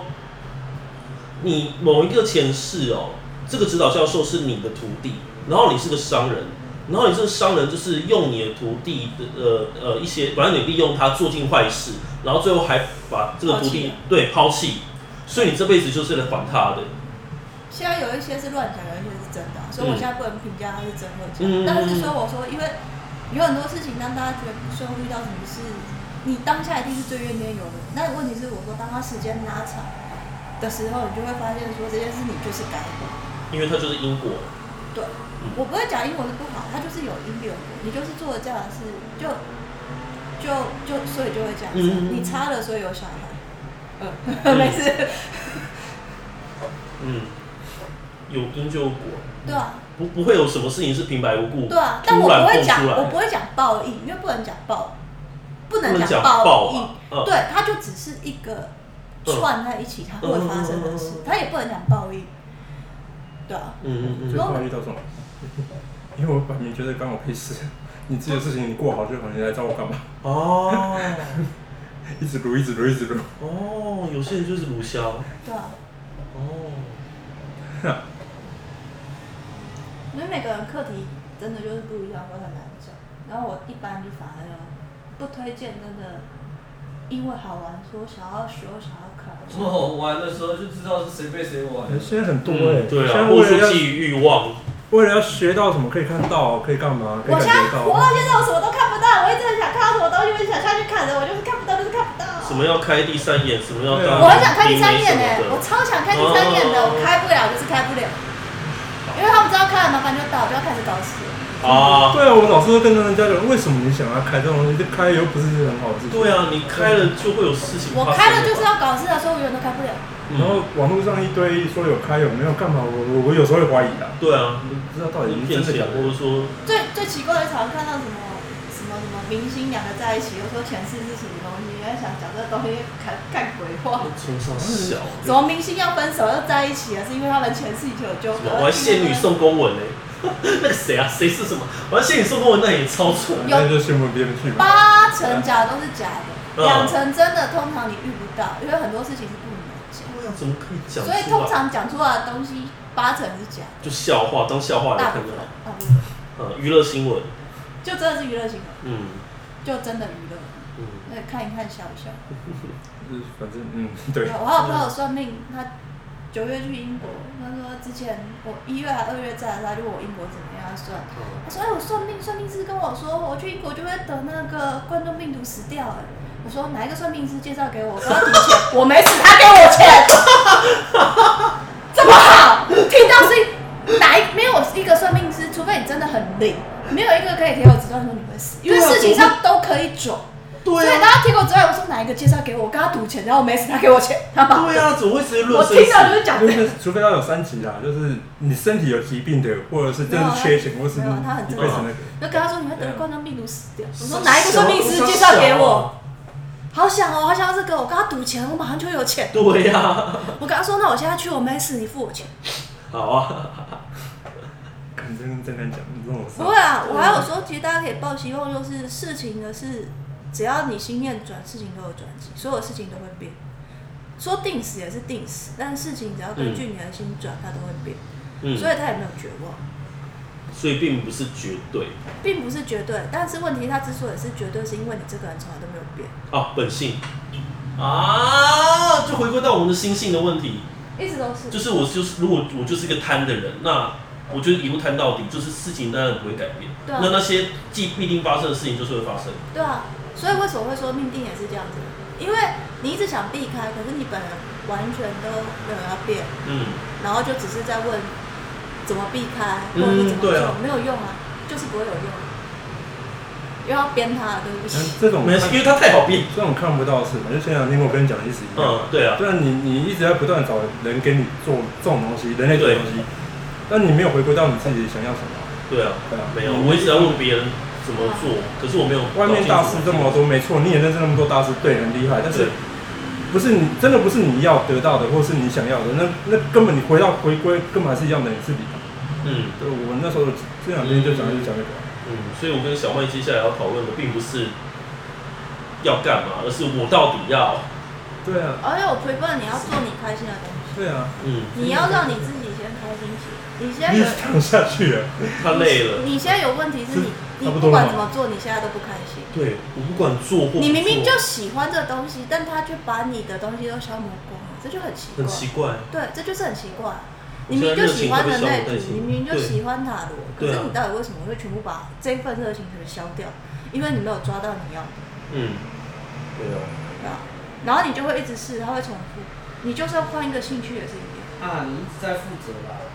Speaker 3: 你某一个前世哦，这个指导教授是你的徒弟，然后你是个商人，然后你这个商人就是用你的徒弟的呃呃一些，反正你利用他做尽坏事，然后最后还把这个徒
Speaker 2: 抛弃
Speaker 3: 弟
Speaker 2: 了
Speaker 3: 对抛弃，所以你这辈子就是来还他的。
Speaker 2: 现在有一些是乱讲，有一些是真的啊、所以我现在不能评价它是真或假。
Speaker 3: 嗯
Speaker 2: 但是说我说，因为有很多事情让大家觉得不顺，遇到什么事，你当下一定是最怨天尤人。那问题是，我说当它时间拉长的时候，你就会发现说这件事你就是该的。
Speaker 3: 因为它就是因果，
Speaker 2: 对，我不会讲因果是不好，它就是有因有果，你就是做了这样的事，就就就所以就会这样子啊、
Speaker 3: 嗯
Speaker 2: 你差了，所以有小孩。 呃， 没事，
Speaker 3: 嗯，有因就有果，
Speaker 2: 对啊。
Speaker 3: 不不会有什么事情是平白无故，
Speaker 2: 对啊，但我
Speaker 3: 突然
Speaker 2: 不会
Speaker 3: 蹦
Speaker 2: 讲，
Speaker 3: 出
Speaker 2: 我
Speaker 3: 来，
Speaker 2: 不会讲报应，因为不能讲报，不
Speaker 3: 不
Speaker 2: 能
Speaker 3: 能
Speaker 2: 讲
Speaker 3: 讲报
Speaker 2: 报
Speaker 3: 啊
Speaker 2: 应。，
Speaker 3: 嗯，
Speaker 2: 对，它就只是一个串在一起，它会发生的
Speaker 3: 嗯嗯嗯嗯
Speaker 2: 事
Speaker 3: 嗯，
Speaker 2: 它也不能讲报应。对啊，
Speaker 3: 嗯嗯
Speaker 12: 最怕遇到这种，因为我摆明觉得关我屁事，你自己的事情你过好就好，你来找我干嘛？
Speaker 3: 嗯，哦
Speaker 12: 一直撸，一直撸，一直撸。
Speaker 3: 哦，有些人就是鲁枭，
Speaker 2: 对啊，
Speaker 3: 哦，
Speaker 2: 因为每个人课题真的就是不一样，我很难讲。然后我一般就反而不推荐，真的，因为好玩说想要学想要
Speaker 3: 嗯
Speaker 8: 我
Speaker 2: 考。
Speaker 8: 们玩的时候就知道是谁被谁玩。
Speaker 12: 现在很多哎、
Speaker 5: 欸
Speaker 3: 嗯，对
Speaker 12: 现在
Speaker 3: 啊，
Speaker 12: 为
Speaker 3: 或
Speaker 12: 了
Speaker 3: 是
Speaker 12: 要
Speaker 3: 基于欲望，
Speaker 5: 为了要学到什么可以看到，可以干嘛，可以
Speaker 2: 我
Speaker 5: 感
Speaker 2: 现在
Speaker 5: 觉
Speaker 2: 活
Speaker 5: 到。
Speaker 2: 到现在，我什么都看不到，我一直很想看到什么东西，我一直想下去看的，我就是看不到，就是看不到。
Speaker 3: 什么要开第三眼，什么要
Speaker 5: 对
Speaker 3: 当
Speaker 5: 啊
Speaker 2: 我很想开第三
Speaker 3: 兵
Speaker 2: 眼呢、欸
Speaker 3: 什么的
Speaker 2: 我超想开第三眼的，我
Speaker 3: 哦
Speaker 2: 开不了，就是开不了。因为他们知道开了麻烦就到，不要开始搞事。
Speaker 3: 啊，
Speaker 5: 对啊，我老是会跟人家讲，为什么你想要开这种东西？这开又不是一件很好的事情。
Speaker 3: 对啊，你开了就会有事情发生
Speaker 2: 我
Speaker 3: 嘛。
Speaker 2: 开了就是要搞事的，所以我永远都开不了。
Speaker 3: 嗯，
Speaker 5: 然后网络上一堆说有开有没有干嘛，我我我有时候会怀疑啊，
Speaker 3: 对啊，
Speaker 5: 不知道到底是
Speaker 3: 骗
Speaker 5: 真的假
Speaker 3: 钱或
Speaker 5: 的。
Speaker 3: 者说
Speaker 2: 最最奇怪的，常常看到什么什么什么明星两个在一起，又说前世是什么东西，原来想讲这个东西看看鬼 话。
Speaker 3: 冲上小，
Speaker 2: 什么明星要分手又在一起啊？是因为他们前世已经有纠
Speaker 3: 什
Speaker 2: 葛
Speaker 3: 么。我还限女送公文呢、 那个谁啊，谁是什么？我还限女送公文，那也超蠢。
Speaker 2: 有
Speaker 5: 那就新闻编剧嘛。
Speaker 2: 八成假的都是假的，
Speaker 3: 嗯
Speaker 2: 两成真的，通常你遇不到，因为很多事情是不能讲，
Speaker 3: 对啊，怎么可以讲出
Speaker 2: 所
Speaker 3: 来？
Speaker 2: 以通常讲出来的东西八成是假
Speaker 3: 就笑话当笑话
Speaker 2: 的，
Speaker 3: 来
Speaker 2: 大部
Speaker 3: 看就
Speaker 2: 分
Speaker 3: 好。
Speaker 2: 大部分
Speaker 3: 嗯，娱乐新闻，
Speaker 2: 就真的是娱乐新闻，
Speaker 3: 嗯
Speaker 2: 就真的娱乐，
Speaker 3: 嗯，
Speaker 2: 那看一看笑一笑。
Speaker 5: 嗯反正嗯，对，
Speaker 2: 我还有朋友算命，他九月去英国，他说之前我一月还二月在的时候，他就问我英国怎么样算，
Speaker 3: 嗯
Speaker 2: 他说哎我算命，算命师跟我说我去英国就会得那个冠状病毒死掉、哎，我说哪一个算命师介绍 给我，我要赌钱，我没死，他给我钱，这么好，听到是哪一没有一个算命师，除非你真的很灵，没有一个可以给我诊断说你会啊死，因为事情上都可以准。所以大家听过之外，我说哪一个介绍给我，我跟他赌钱，然后我没死，他给我钱，他把
Speaker 3: 对啊，怎么会直接
Speaker 2: 我
Speaker 3: 论生
Speaker 2: 听到就
Speaker 3: 死？
Speaker 2: 是讲哎
Speaker 5: 就
Speaker 2: 这个。
Speaker 5: 是除非他有三级啦，就是你身体有疾病的，或者是真的是缺钱，或是
Speaker 2: 没有他很
Speaker 5: 你
Speaker 2: 正
Speaker 5: 被
Speaker 2: 常
Speaker 5: 成那个。
Speaker 2: 就跟他说你会得冠状病毒死掉。我说哪一个算命师介绍给我？好想哦，好想要这个，我跟他赌钱，我马上就有钱。
Speaker 3: 对呀、啊，
Speaker 2: 我跟他说，那我现在去，我没死，你付我钱。
Speaker 3: 好啊，
Speaker 5: 敢真真敢讲这种事
Speaker 2: 不，会啊，我还有说，其实大家可以抱希望，就是事情的是，只要你心念转，事情都有转机，所有事情都会变。说定死也是定死，但事情只要根据你的心转，它都会变，
Speaker 3: 嗯，
Speaker 2: 所以他也没有绝望。
Speaker 3: 所以并不是绝对
Speaker 2: 并不是绝对，但是问题它之所以是绝对，是因为你这个人从来都没有变。
Speaker 3: 啊，本性啊，就回归到我们的心性的问题，
Speaker 2: 一直都是
Speaker 3: 就是我就是如果我就是一个贪的人，那我就一路贪到底，就是事情当然不会改变，
Speaker 2: 对啊
Speaker 3: 那那些既必定发生的事情就是会发生，
Speaker 2: 对啊，所以为什么会说命定也是这样子？因为你一直想避开，可是你本人完全都没有要变，
Speaker 3: 嗯，
Speaker 2: 然后就只是在问怎么避开，
Speaker 3: 嗯
Speaker 2: 或者是怎么做，
Speaker 3: 对啊
Speaker 2: 没有用啊，就是不会有用、又要编他了，对不
Speaker 5: 但
Speaker 2: 起。
Speaker 5: 这种
Speaker 3: 嗯没事，因为它太好变，
Speaker 5: 这种看不到的事嘛，就前两天我跟你讲的意思一样。
Speaker 3: 嗯，对啊，
Speaker 5: 对啊，你你一直在不断地找人给你做这种东西，人类做的东西，但你没有回归到你自己想要什么。
Speaker 3: 对啊，
Speaker 5: 对啊，
Speaker 3: 没有，我一直在问别人怎么做，可是我没有
Speaker 5: 外面大师这么
Speaker 3: 多，
Speaker 5: 多，没错，你也认识那么多大师，对，很厉害，但
Speaker 3: 对
Speaker 5: 是。不是你真的不是你要得到的，或是你想要的，那那根本你回到回归根本还是一样的你自己。
Speaker 3: 嗯
Speaker 5: 对，我那时候这两天就讲就讲这个，
Speaker 3: 嗯，所以我跟小麦接下来要讨论的并不是要干嘛，而是我到底要，
Speaker 5: 对啊，
Speaker 2: 而且哎我陪伴你要做你开心的东西，
Speaker 5: 对啊，
Speaker 3: 嗯，
Speaker 2: 你要让你自己先开心起来。你现在
Speaker 5: 你一
Speaker 2: 有
Speaker 5: 直讲下去啊了，
Speaker 3: 他累了。
Speaker 2: 你现在有问题是你，
Speaker 5: 差
Speaker 2: 你
Speaker 5: 不
Speaker 2: 不
Speaker 5: 多了
Speaker 2: 管
Speaker 5: 吗
Speaker 2: 怎么做，你现在都不开心。
Speaker 3: 对我不管做或不
Speaker 2: 你明明
Speaker 3: 做
Speaker 2: 就喜欢这东西，但他却把你的东西都消磨光了，这就很奇怪。
Speaker 3: 很奇怪，
Speaker 2: 对，这就是很奇怪。
Speaker 3: 你
Speaker 2: 你
Speaker 3: 现
Speaker 2: 明明就
Speaker 3: 在热情
Speaker 2: 喜
Speaker 3: 会
Speaker 2: 欢
Speaker 3: 被
Speaker 2: 人
Speaker 3: 消磨
Speaker 2: 类
Speaker 3: 殆
Speaker 2: 图，
Speaker 3: 尽
Speaker 2: 你明明就
Speaker 3: 对
Speaker 2: 喜欢塔罗，可
Speaker 3: 对
Speaker 2: 是
Speaker 3: 啊
Speaker 2: 你到底为什么会全部把这一份热情全部消掉？因为你没有抓到你要的，
Speaker 3: 嗯，对啊，
Speaker 2: 对吧？然后你就会一直试，它会重复。你就算换一个兴趣也是一样。
Speaker 1: 啊，你一直在负责啦，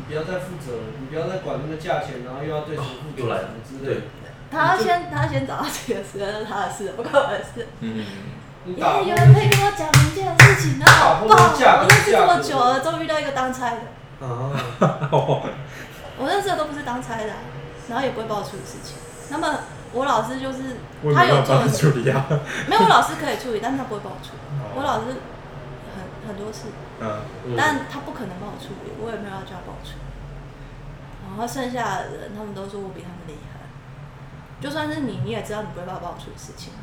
Speaker 1: 你不要再负责了，你不要再管那个价钱，然后又要对谁负责
Speaker 3: 又来
Speaker 1: 什
Speaker 3: 了
Speaker 1: 么之类
Speaker 3: 对
Speaker 1: 的。，
Speaker 2: 他要先，他要先找到这个事，那是他的事，不关我的事。
Speaker 5: 嗯，
Speaker 1: 你
Speaker 2: 耶，
Speaker 1: 打
Speaker 2: 有人可以跟我讲明天的事情，那好棒！
Speaker 1: 打破价格
Speaker 2: 我认识这么
Speaker 1: 价格
Speaker 2: 久了，终于遇到一个当差的。我认识的都不是当差的啊、然后也不会帮我处理事情。那么我老师就是
Speaker 5: 我也
Speaker 2: 他
Speaker 5: 没
Speaker 2: 有
Speaker 5: 有
Speaker 2: 做
Speaker 5: 办
Speaker 2: 的
Speaker 5: 法
Speaker 2: 事
Speaker 5: 处，理啊，
Speaker 2: 没有我老师可以处理，但是他不会帮我处理。我老师很很多事，
Speaker 5: 嗯，
Speaker 3: 嗯
Speaker 2: 但他不可能帮我处理，我也没有要叫他帮我处理。然后剩下的人，他们都说我比他们厉害。就算是你，你也知道你不会帮我帮我处理事情啊。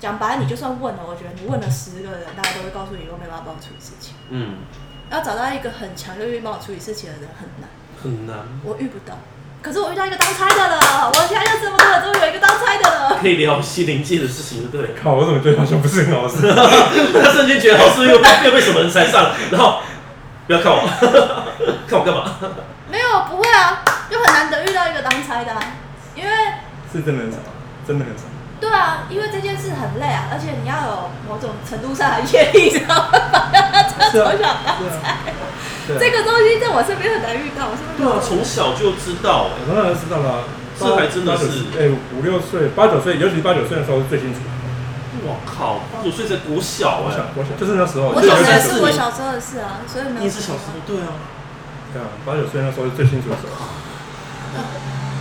Speaker 2: 讲白，了，你就算问了，我觉得你问了十个人，大家都会告诉你我没办法帮我处理事情。
Speaker 3: 嗯，
Speaker 2: 要找到一个很强又愿意帮我处理事情的人很难。
Speaker 3: 很难，
Speaker 2: 我遇不到，可是我遇到一个当差的了，我现在认识这么多人，终于有一个当差的了。
Speaker 3: 可以聊心灵界的事情，对不对？
Speaker 5: 靠，我怎么觉得好像不是很好事？
Speaker 3: 他瞬间觉得 好像又被又被什么人缠上，然后不要看我，看我干嘛？
Speaker 2: 没有，不会啊，就很难得遇到一个当差的、啊，因为
Speaker 5: 是真的很少，真的很少。
Speaker 2: 对啊，因为这件事很累啊，而且你要有某种程度上的业力，知道吗？ 他
Speaker 5: 是
Speaker 2: 从
Speaker 5: 啊
Speaker 2: 小当
Speaker 5: 对啊
Speaker 2: 差，
Speaker 5: 对啊
Speaker 2: 这个东西在我身边很难遇到，我身边
Speaker 3: 对啊，从小就知道哎、
Speaker 5: 我当然知道了，
Speaker 3: 这还真的是
Speaker 5: 八九哎五六岁、八九岁，尤其八九岁的时候是最清楚。
Speaker 3: 我靠，八九岁才国小
Speaker 5: 我
Speaker 3: 哎、
Speaker 5: 想，我想就是那时候，
Speaker 2: 我
Speaker 5: 就
Speaker 2: 小时候也
Speaker 5: 那
Speaker 2: 是我小时候的事啊，所以没有。
Speaker 3: 你是小时候对啊，
Speaker 5: 对啊，八九岁那时候是最清楚的时候。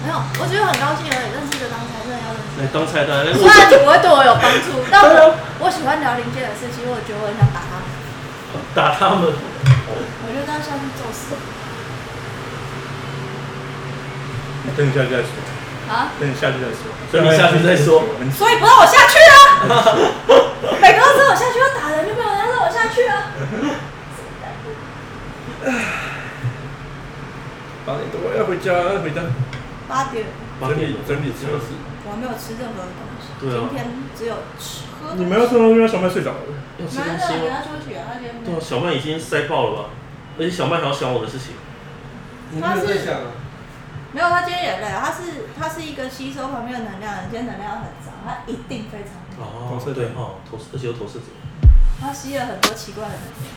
Speaker 2: 没有，我觉得很高兴而已，认识一个当差真的要认识。
Speaker 3: 来当菜单，来
Speaker 2: 虽然你不会对我有帮助，但 我我喜欢聊零件的事情，我觉得我很想打他们，
Speaker 3: 打他们，
Speaker 2: 我就当下去做事
Speaker 5: 你等你下去再说，
Speaker 2: 啊，
Speaker 5: 等你下去再说，哎
Speaker 3: 等你下去再说
Speaker 5: 很
Speaker 2: 所以不让我下去啊！ 每个都知道我下去要打人，就没有人要让我下去啊！
Speaker 5: 八点多要回家，要回家
Speaker 2: 八点，
Speaker 5: 整理整理车子。
Speaker 2: 我还没有吃任何东西，
Speaker 3: 对啊
Speaker 2: 今天只有吃喝。
Speaker 5: 你们要说东西，那小麦睡着了。
Speaker 3: 要吃
Speaker 2: 没有
Speaker 3: 东
Speaker 2: 没
Speaker 3: 西
Speaker 2: 有，
Speaker 3: 吗？
Speaker 2: 他休息啊，他今天没
Speaker 3: 对啊，
Speaker 2: 有。
Speaker 3: 小曼已经塞爆了吧？而且小曼还要想我的事情，
Speaker 1: 你没有在想啊？
Speaker 2: 没有，他今天也累啊，他是他是一个吸收旁边的能量的人，今天能量很少，他一定非常累，
Speaker 3: 哦
Speaker 5: 投射者
Speaker 3: 对哦，投射，而且有投射者。
Speaker 2: 他吸了很多奇怪的能量。